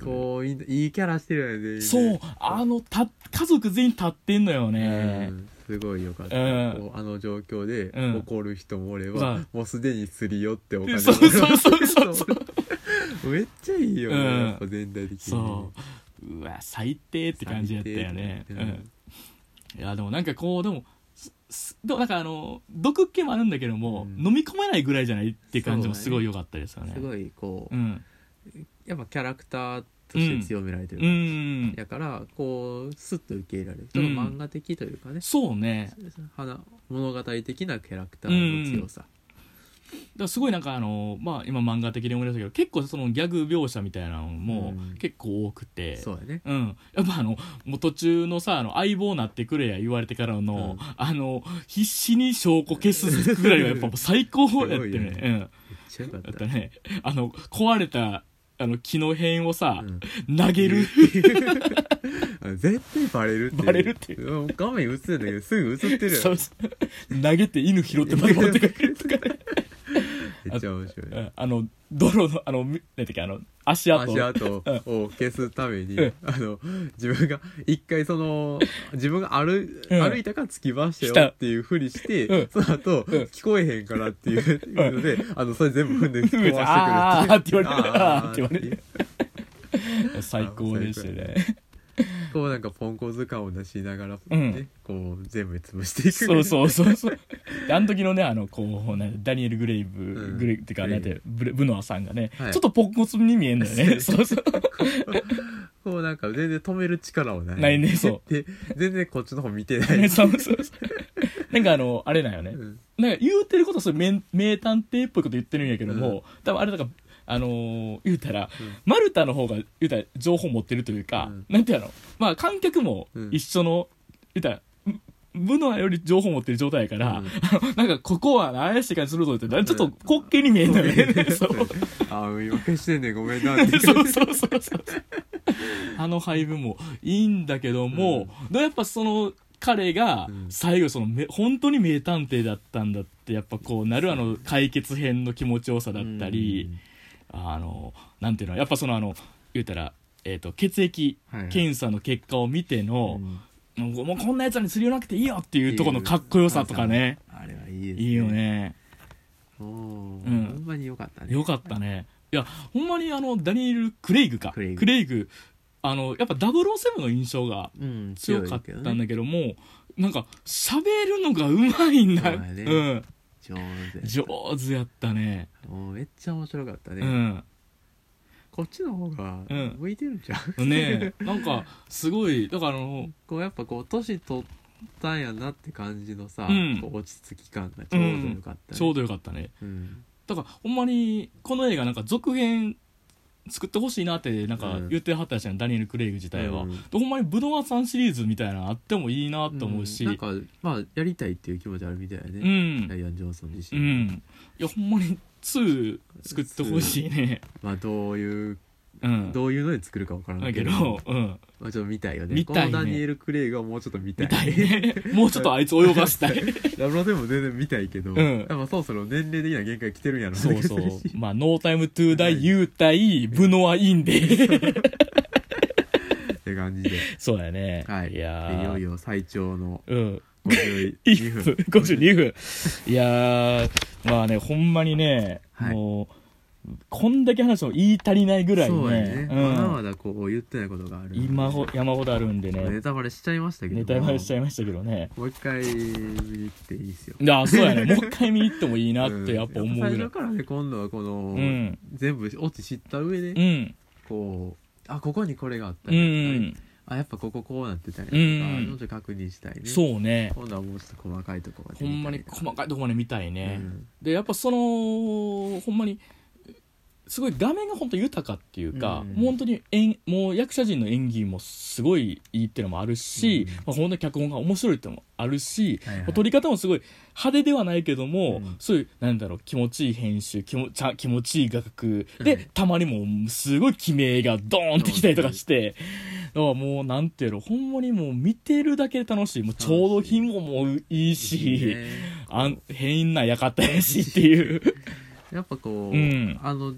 S2: こういいいいキャラしてるよね全員ね
S1: そう、あの、た、家族全員立ってんのよ
S2: う
S1: ね。
S2: んすごいよかった、
S1: うん
S2: こうあの状況で
S1: うん
S2: 怒る人もおれば、
S1: うん
S2: もうすでにすり寄ってお金を
S1: そうそうそう そうそう
S2: めっちゃいいよね、
S1: うん
S2: やっぱ全体的にね
S1: そう。うわ、最低って感じやったよね。う
S2: 最低
S1: ん。いやでもなんかこうでもすすでもなんかあの毒気もあるんだけども、
S2: うん
S1: 飲み込めないぐらいじゃないって感じも
S2: そうだね
S1: すごい良かったですよね
S2: すごいこう、
S1: うん
S2: やっぱキャラクターとして強められて
S1: う
S2: る、
S1: ん
S2: だからこうスッと受け入れられるちょっと漫画的というかね、
S1: そうね
S2: 花物語的なキャラクターの強さ、
S1: だからすごいなんかあのまあ今漫画的に思い出したけど結構そのギャグ描写みたいなのも
S2: うん
S1: 結構多くて、
S2: そうやね
S1: うん、やっぱあのもう途中のさあの相棒なってくれや言われてからの、
S2: うん
S1: あの必死に証拠消すぐらいはやっぱもう最高やって
S2: すごいよ
S1: ね
S2: ね
S1: うん
S2: めっちゃよかっ
S1: だったたねあの壊れたあの木の辺をさ、
S2: うん
S1: 投げる
S2: あの絶対バレるっていう
S1: バレるってい
S2: 画面映ってんだけどすぐ映ってるやん
S1: そうそう 投げて犬拾ってまで持ってくるとかね
S2: めっちゃ面白い
S1: うんあの泥のあのみなんていうかあの足跡
S2: 足跡を消すために、
S1: うん
S2: あの自分が一回その自分が歩,、
S1: うん
S2: 歩いたからつきまし
S1: した
S2: よ
S1: た
S2: っていうふりして、
S1: うん
S2: その後、
S1: ん
S2: 聞こえへんからっていうので、あのそれ全部踏んで壊してくるっていう
S1: あーって言われて
S2: あー
S1: あーって言われて最高でしたね
S2: こうなんかポンコツ感を出しながら、ね
S1: うん
S2: こう全部潰していく
S1: そうそうそうそう であの時のねあのこうねダニエル・グレイブ、
S2: うん
S1: グレイってかなんてブレブノアさんがね、
S2: はい
S1: ちょっとポンコツに見えんのよ ねそうそう
S2: こうこうなんか全然止める力はない
S1: ないねそ
S2: で全然こっちの方見てな
S1: そう
S2: い、
S1: そうそうなんかあのあれだよね、
S2: うん
S1: なんか言うてることそう名名探偵っぽいこと言ってるんやけども、多分あれだからあのー言うたら、マルタの方が言うたら情報持ってるというか、
S2: うん
S1: なんていうのまあ観客も
S2: うん
S1: 一緒の、言うたらブブノアより情報持ってる状態やから、
S2: うん
S1: なんかここは怪しい感じするぞってちょっと滑稽に見えんのよね そう
S2: ああ今消してんねんごめんなっ て
S1: そうそうそうそうあの配分もいいんだけども、でもやっぱその彼が
S2: うん
S1: 最後そのめ本当に名探偵だったんだってやっぱこうなるあの解決編の気持ちよさだったり、あのなんていうのやっぱそのあの言うたら、えー、と血液
S2: うん、はい
S1: 検査の結果を見ての、
S2: うん
S1: もうもうこんなやつらにすり寄らなくていいよっていうところのかっこよさとかね
S2: あれはいいです、
S1: いいよね
S2: おー
S1: うん
S2: ほんまによかったね
S1: よかったね。いや、ほんまにあの、ダニエル・クレイグか。
S2: クレイグ
S1: あの、やっぱ007の印象が
S2: うん
S1: 強かったん
S2: ね
S1: だけども、なんか、喋るのがうまいんだ。
S2: うまいね
S1: うん。
S2: 上手
S1: 上手やったね。
S2: もうめっちゃ面白かったね、
S1: うん。
S2: こっちの方が
S1: うん
S2: 向いてるんじゃん、
S1: ねなんか、すごい、だからあの、
S2: こうやっぱこう年取ったんやなって感じのさ、
S1: うん
S2: こう落ち着き感がちょうどよかったね
S1: ちょうどよかったね。
S2: うん
S1: だから、ほんまに、この映画なんか続編作ってほしいなって、なんか言ってはったじゃん、ダニエル・クレイグ自体は。
S2: うん
S1: でほんまにブドウさんシリーズみたいなのあってもいいなと思うし、
S2: んなんかまあやりたいっていう気持ちあるみたいや
S1: う
S2: ね、
S1: ん
S2: ライアン・ジョンソン自
S1: う
S2: 身、
S1: んいやほんまに2作ってほしいね
S2: まあどういう、
S1: うん
S2: どういうので作るかわからな
S1: だ
S2: い
S1: け
S2: けど
S1: ど、うん、
S2: まあ、ちょっと見たいよね
S1: 見たいね
S2: このダニエル・クレイがもうちょっと見たい
S1: 見たいねもうちょっとあいつ泳がしたい
S2: ラブロでも全然見たいけど、
S1: ん
S2: やっぱそろそろ年齢的な限界来てるんや ろ、
S1: そうそう まあ、ノータイムトゥーダイ優待ブノアインで
S2: って感じで
S1: そうやね
S2: はい
S1: いやー
S2: でいよいよ最長の
S1: うん
S2: 52
S1: 1分
S2: 分
S1: 52分 いやーまあねほんまにね、
S2: はい
S1: もうこんだけ話しても言い足りないぐらいね
S2: そうやね、
S1: うん
S2: まだまだこう言ってないことがある
S1: 今ほ山ほどあるんでね
S2: ネタバレしちゃいましたけど
S1: ネタバレしちゃいましたけどね
S2: もう一回見に行っていいですよ
S1: いやそうやねもう一回見に行ってもいいなってやっぱ思うぐらい、
S2: ん
S1: うん、
S2: やっぱ最初からね今度はこの、
S1: ん
S2: 全部オチ知った上で、
S1: うん
S2: こうあここにこれがあった
S1: う
S2: り、
S1: ん、
S2: あやっぱこここうなってたりとか、
S1: うん
S2: もうちょっと確認したいね
S1: そうね
S2: 今度はもうちょっと細かいとこまで
S1: ほんまに細かいとこまで見たい
S2: い
S1: ね、でやっぱそのほんまにすごい画面が本当豊かっていうか、
S2: うん
S1: もう本当に演もう役者陣の演技もすごいいいっていうのもあるし、
S2: うん
S1: まあ、本当に脚本が面白いってのもあるし、
S2: はいはい
S1: まあ撮り方もすごい派手ではないけども、
S2: うん
S1: そういうなんだろう気持ちいい編集気もちゃ気持ちいい画角
S2: う
S1: で
S2: ん
S1: たまにもうすごい悲鳴がドーンってきたりとかして。だからもうなんていうのほんまにもう見てるだけで楽しいもうちょうど日ももういいし
S2: いいね
S1: あん変な館やしっていう
S2: やっぱこ
S1: う
S2: う、
S1: ん
S2: あの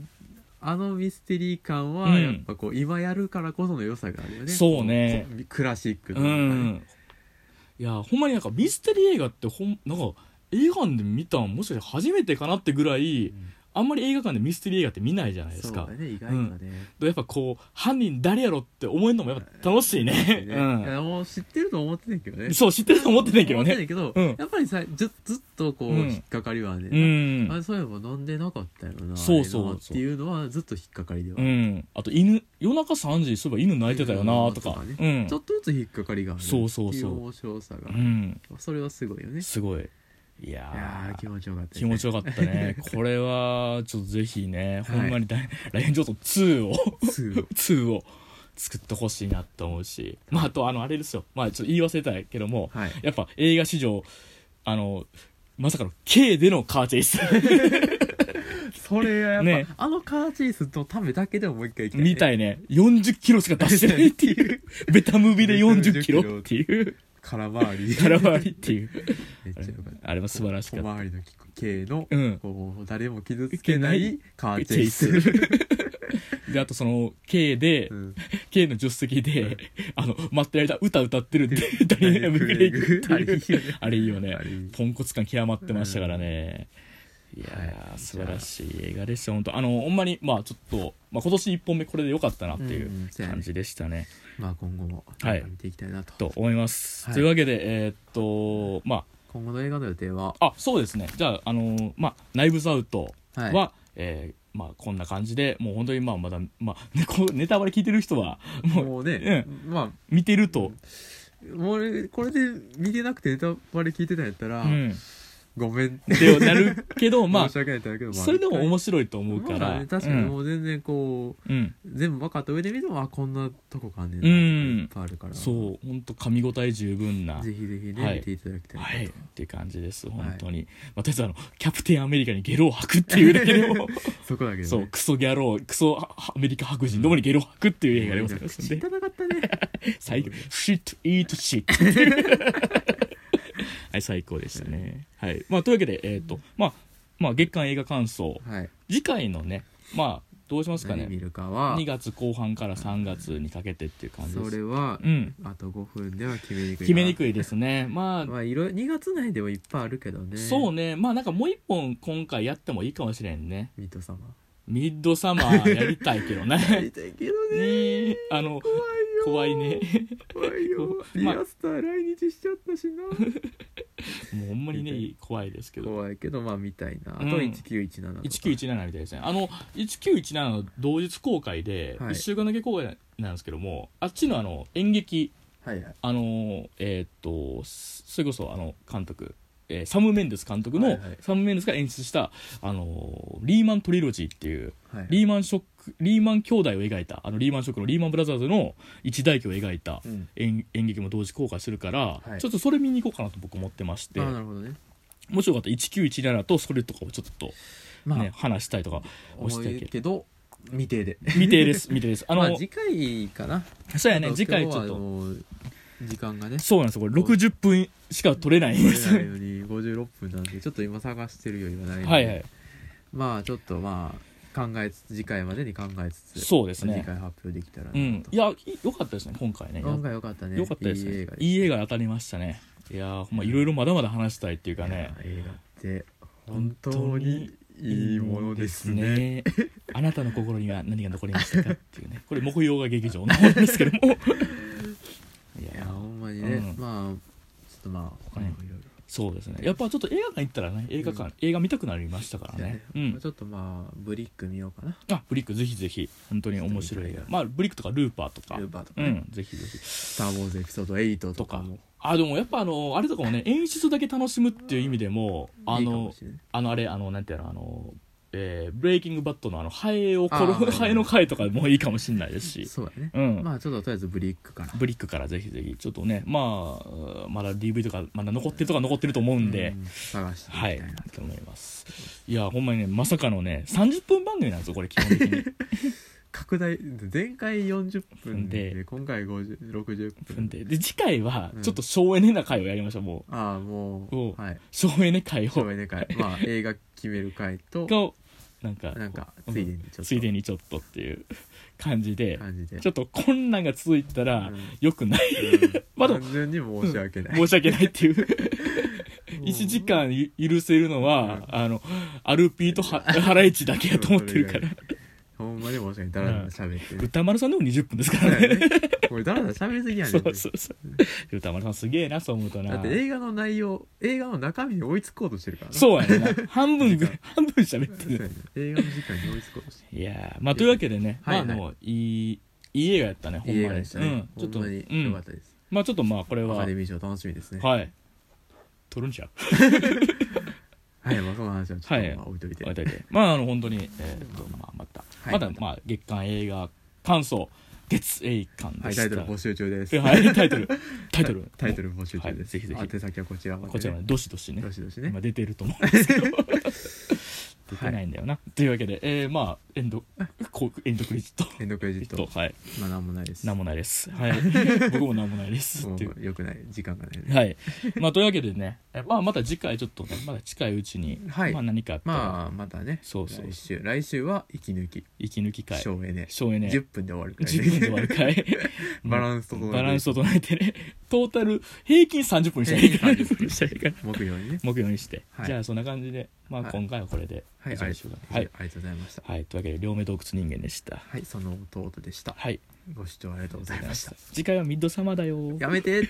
S2: あのミステリー感
S1: う
S2: は
S1: ん
S2: やっぱこう今やるからこその良さがあるよね、
S1: そうね
S2: こうクラシックと
S1: う
S2: いうかね
S1: んいやほんまになんかミステリー映画ってほんなんか映画館で見たんもしかして初めてかなってぐらい、
S2: ん
S1: あんまり映画館でミステリー映画って見ないじゃないです
S2: そ
S1: か
S2: うだね意外とね,ね、
S1: でやっぱこう犯人誰やろって思えるのもやっぱ楽しいね
S2: いやもう知ってると思ってたけど
S1: う
S2: ね
S1: んそう知ってると思ってないけど
S2: 思
S1: ね
S2: ってたけど、
S1: うん
S2: やっぱりさずずっとこう、
S1: うん
S2: 引っかかりはね、
S1: うん
S2: あそういえば飲んでなかったよな
S1: そうそうそう
S2: あれなっていうのはずっと引っかかりでは、
S1: うんあと犬夜中3時そういえば犬泣いてたよなとか
S2: うん
S1: うん
S2: ちょっとずつ引っかかりがある
S1: そうそうそう
S2: っていう面白さが
S1: う、ん
S2: それはすごいよねい
S1: すごいいやー
S2: やー気持ちよかったです
S1: 気
S2: ね、
S1: 持ちよかったね。これは、ちょっとぜひね、
S2: はい
S1: ほんまにだいライオンジョート2を、
S2: すごい
S1: 2を作ってほしいなと思うし、まあ、あと、あの、あれですよ。まあ、ちょっと言い忘れたけども、
S2: はい
S1: やっぱ映画史上、あの、まさかの K でのカーチェイス。
S2: それはやっぱ、
S1: ね
S2: あのカーチェイスのためだけでももう一回行きたい、
S1: みたいね。40キロしか出してないって いう、ベタムービーで40キロっていう、
S2: 空回 り
S1: 空回りっていう。
S2: めっちゃよかった
S1: あれも素晴らしか
S2: 小
S1: った。
S2: 回りの系の、
S1: うん
S2: こう誰も傷つけないい
S1: け
S2: カーチ
S1: チ
S2: ェ
S1: ェ
S2: イ
S1: イ
S2: ス
S1: ス。で、あとその、K で、
S2: うん、
S1: K の助手席で、あの、待ってる間、歌歌ってるって、ダニエル・ブレイクっていう。あれいいよね
S2: あれいい。
S1: ポンコツ感極まってましたからね。いいや
S2: は
S1: ー
S2: い
S1: 素晴らしい映画でした本当あのほんまにまあちょっと、まあ、今年1本目これでよかったなってい
S2: うん
S1: う
S2: そうやね
S1: 感じでしたね、
S2: まあ今後も
S1: はい
S2: なんか見ていきたいなと、
S1: と思います、
S2: はい
S1: というわけでえーっとま
S2: 今後の映画の予定は
S1: ああそうですねじゃああのーまあナイブズアウトは、
S2: はい
S1: えーまあ、こんな感じでもう本当にまあまだ、まあね、こうネタバレ聞いてる人はもう
S2: もうね、ま
S1: 見てると、
S2: あもうこれで見てなくてネタバレ聞いてたんやったら、
S1: うん、
S2: ごめん
S1: ってな るけどまあ
S2: 申し訳ないってなるけど、まあ、
S1: それでも面
S2: 白
S1: 白いと思うから、
S2: ね、確かにもう全然こう、
S1: うん、うん
S2: 全部分かった上で見てもあこんなとこかねんな
S1: うん
S2: いっぱいあるから
S1: そう本当噛み応え十分な
S2: ぜひぜひね、
S1: はい
S2: 見ていただきたいな
S1: は
S2: と、
S1: い、っていう感じです本当に、まあ、とりあえずあのキャプテンアメリカにゲロを吐くっていうだ けでも
S2: そこだけど、ね、
S1: そうクソギャロークソアメリカ白人どもにゲロを吐くっていう映画でございますん
S2: 口
S1: で
S2: 痛かったね
S1: 最高「シットイートシット」 はい最高でしたね、はいまあ、というわけで、えーとまあまあ、月間映画感想
S2: はい
S1: 次回のねまあどうしますか
S2: 何見
S1: ね
S2: るかは
S1: 2月後半から3月にかけてっていう感じで
S2: そ
S1: す
S2: れは、
S1: うん
S2: あと5分では決めにくい
S1: 決めに
S2: い
S1: くいですねまあ
S2: まあいろ2月内でもいっぱいあるけどね
S1: そうねまあなんかもう一本今回やってもいいかもしれんね
S2: ミッド 様
S1: ミッドサマーやりたいけ どね
S2: や
S1: ね
S2: りたいけど ね
S1: えあの怖
S2: 怖い
S1: い
S2: よ
S1: ね
S2: 怖いよリアスター来日しちゃったし な
S1: もうほんまにね怖いですけど
S2: 怖いけどまあ見たいなあと
S1: うん
S2: 1917とか
S1: 1917みたいですねあの1917の同日公開で
S2: はい
S1: 1週間だけ公開なんですけども、あっちのあの演劇
S2: はいはい
S1: あのーえーっとそれこそあの監督、えーサム・メンデス監督の、
S2: はいはい
S1: サム・メンデスが演出した、あのーリーマントリロジーっていう
S2: はい
S1: リーマンショックリーマン兄弟を描いたあのリーマンショックのリーマンブラザーズの一代記を描いた
S2: うん
S1: 演演劇も同時公開するから、
S2: はい
S1: ちょっとそれ見に行こうかなと僕思ってまして
S2: ああなるほどね
S1: もしよかったら1917とそれとかをちょっと、ね
S2: まあ、
S1: 話したいとか
S2: 重いけど未定で
S1: 未定です 未定ですあ
S2: あ
S1: の、
S2: の、まあ、次回かな
S1: そうや
S2: あ
S1: ね
S2: と
S1: 次回ちょっ
S2: 今日はあ
S1: と
S2: の時 間がね
S1: そうなんですよこれ60分しか取れないんで
S2: 取れ
S1: す
S2: ないように56分なんでちょっと今探してるよりはないので
S1: はいはい
S2: まあちょっとまあ考えつつ次回までに考えつつ
S1: そうです
S2: 次
S1: ね
S2: 回発表できたらな
S1: う
S2: と、
S1: んいやいよかったですね今回ね
S2: 今回よかったね
S1: よかったですね
S2: いい
S1: いい
S2: 映画で
S1: 映画当たりましたねいやーほんまいろいろまだまだ話したいっていうかね
S2: いや映画って本当にいいものですね
S1: ですねあなたの心には何が残りましたかっていうねこれ木曜が劇場の本ですけど もい
S2: いや
S1: や
S2: ほんまにね、
S1: うん
S2: まあちょっとまあ他にもいろい
S1: そうですねやっぱちょっと映画館行ったらね映画館、
S2: うん
S1: 映画見たくなりましたから
S2: ろ、
S1: ね
S2: ね
S1: う
S2: まあ
S1: ん
S2: ちょっとまあブリック見ようかな
S1: あブリックぜひぜひ本当に面白い映
S2: ちょっと見たい
S1: 画
S2: な
S1: まあブリックとかルーパーとか
S2: ルーパーとか
S1: う
S2: ね、
S1: んぜひぜひ
S2: スター・ウォーズエピソード8
S1: と
S2: とか
S1: か
S2: も
S1: あでもやっぱあのあれとかもね演出だけ楽しむっていう意味でもあ
S2: いいかも
S1: の
S2: しれない
S1: あのあれあのなんていうのあのえーブレイキングバットのあのハエを殺
S2: あー
S1: ハエの回とかもいいかもしれないですし
S2: そうだね、
S1: うん
S2: まあちょっととりあえずブリックから
S1: ブリックからぜひぜひちょっとねまあうんまだ DV とかまだ残ってるとか残ってると思うんで、
S2: うん探していき
S1: は
S2: た
S1: い
S2: いなと、
S1: と思いますいやほんまにねまさかのね30分番組なんですよこれ基本的 に
S2: 拡大前回40分で
S1: で
S2: 今回50 60
S1: 分
S2: 分
S1: でで次回は
S2: うん
S1: ちょっと省エネな回をやりましょうもう
S2: ああも
S1: おう
S2: うはい
S1: 省エネ回を
S2: 省エネ会 まあ映画決める会と
S1: をなんか
S2: なんか
S1: うん
S2: ついでにちょっ
S1: ついで
S2: と
S1: にちょっとっていう感じで
S2: 感じで
S1: ちょっと困難が続いたら
S2: うん
S1: 良く ない
S2: うん
S1: まだ
S2: 単純に申し訳ない
S1: 申し訳ないっていう
S2: もう
S1: 1時間ゆ許せるのは
S2: う
S1: あのアルピーとハハライチだけやと思ってるか
S2: それ
S1: ら
S2: 以外ほんまに申し訳ないだらだら喋ってる
S1: 歌丸さんでも20分ですからね
S2: これだらだら喋りすぎやね
S1: そ
S2: ん
S1: うそうそう歌丸さんすげえなそう思うと
S2: だ
S1: な
S2: って映画の内容映画の中身に追いつこうとしてるからな
S1: そうやねん な半分ぐ半分喋っ
S2: そう
S1: て
S2: や
S1: る
S2: ね映画の時間に追いつこうとして
S1: いやーまあというわけでねま
S2: はい
S1: あ
S2: はい
S1: もういいいい映画やったねほ
S2: いい
S1: ん
S2: 映
S1: ま
S2: 画
S1: にう
S2: で
S1: ん
S2: したね
S1: ちょっと
S2: ほんまに良か
S1: う
S2: っ
S1: ん
S2: たです
S1: まあちょっとまあこれ
S2: ア
S1: は
S2: カデミー賞楽しみですね
S1: はい取るんちゃう
S2: はい、まあ、その話はちょっ
S1: はい
S2: とまあ置いといて。
S1: 置いといて まああの本当に、えーとまあ、また、
S2: はい
S1: まだまあ月間映画感想月映館
S2: は
S1: で
S2: い、
S1: し
S2: タ
S1: た
S2: イトル募集中です。
S1: はいタイト ルタイトル
S2: タイトル募集中です。
S1: はいぜひぜひ
S2: 宛先はこちらまでね。
S1: こちらまでどしどしね
S2: どしどしね
S1: 今。出てると思うんですけ ど出てないんだよな、というわけで、えー、まあエンドこうエンドクレジット
S2: エンドクレジット。
S1: はい
S2: まあ、なんもないです。
S1: なんも ないですはい僕もなんもないです
S2: も
S1: っていう
S2: うよくない。時間がないね。
S1: はいまあというわけでねえまあまた次回ちょっとねまだ近いうちに、
S2: はい
S1: まあ何かあったら、
S2: まあまたね
S1: そうそう
S2: 来週来週は息抜き
S1: 息抜き会
S2: 省エネ
S1: 省エネ
S2: 10分で終わるからね
S1: 10分で終 わるかい
S2: バランス整えて
S1: バランス整えてねトータル平均30分にしたらいいから
S2: 平均30分
S1: にしたらいいから
S2: 目標にね
S1: 目標にして、
S2: はい
S1: じゃあそんな感じで、まあ、
S2: はい
S1: 今 回はこれで
S2: はい
S1: 以上で
S2: ありが
S1: し
S2: と
S1: ょう
S2: う
S1: か
S2: あ
S1: はい、
S2: りがとうございました
S1: はい、というわけで両目洞窟人間でした
S2: はいその弟でした
S1: はい
S2: ご視聴ありがとうございました
S1: 次回はミッドサマーだよ
S2: やめて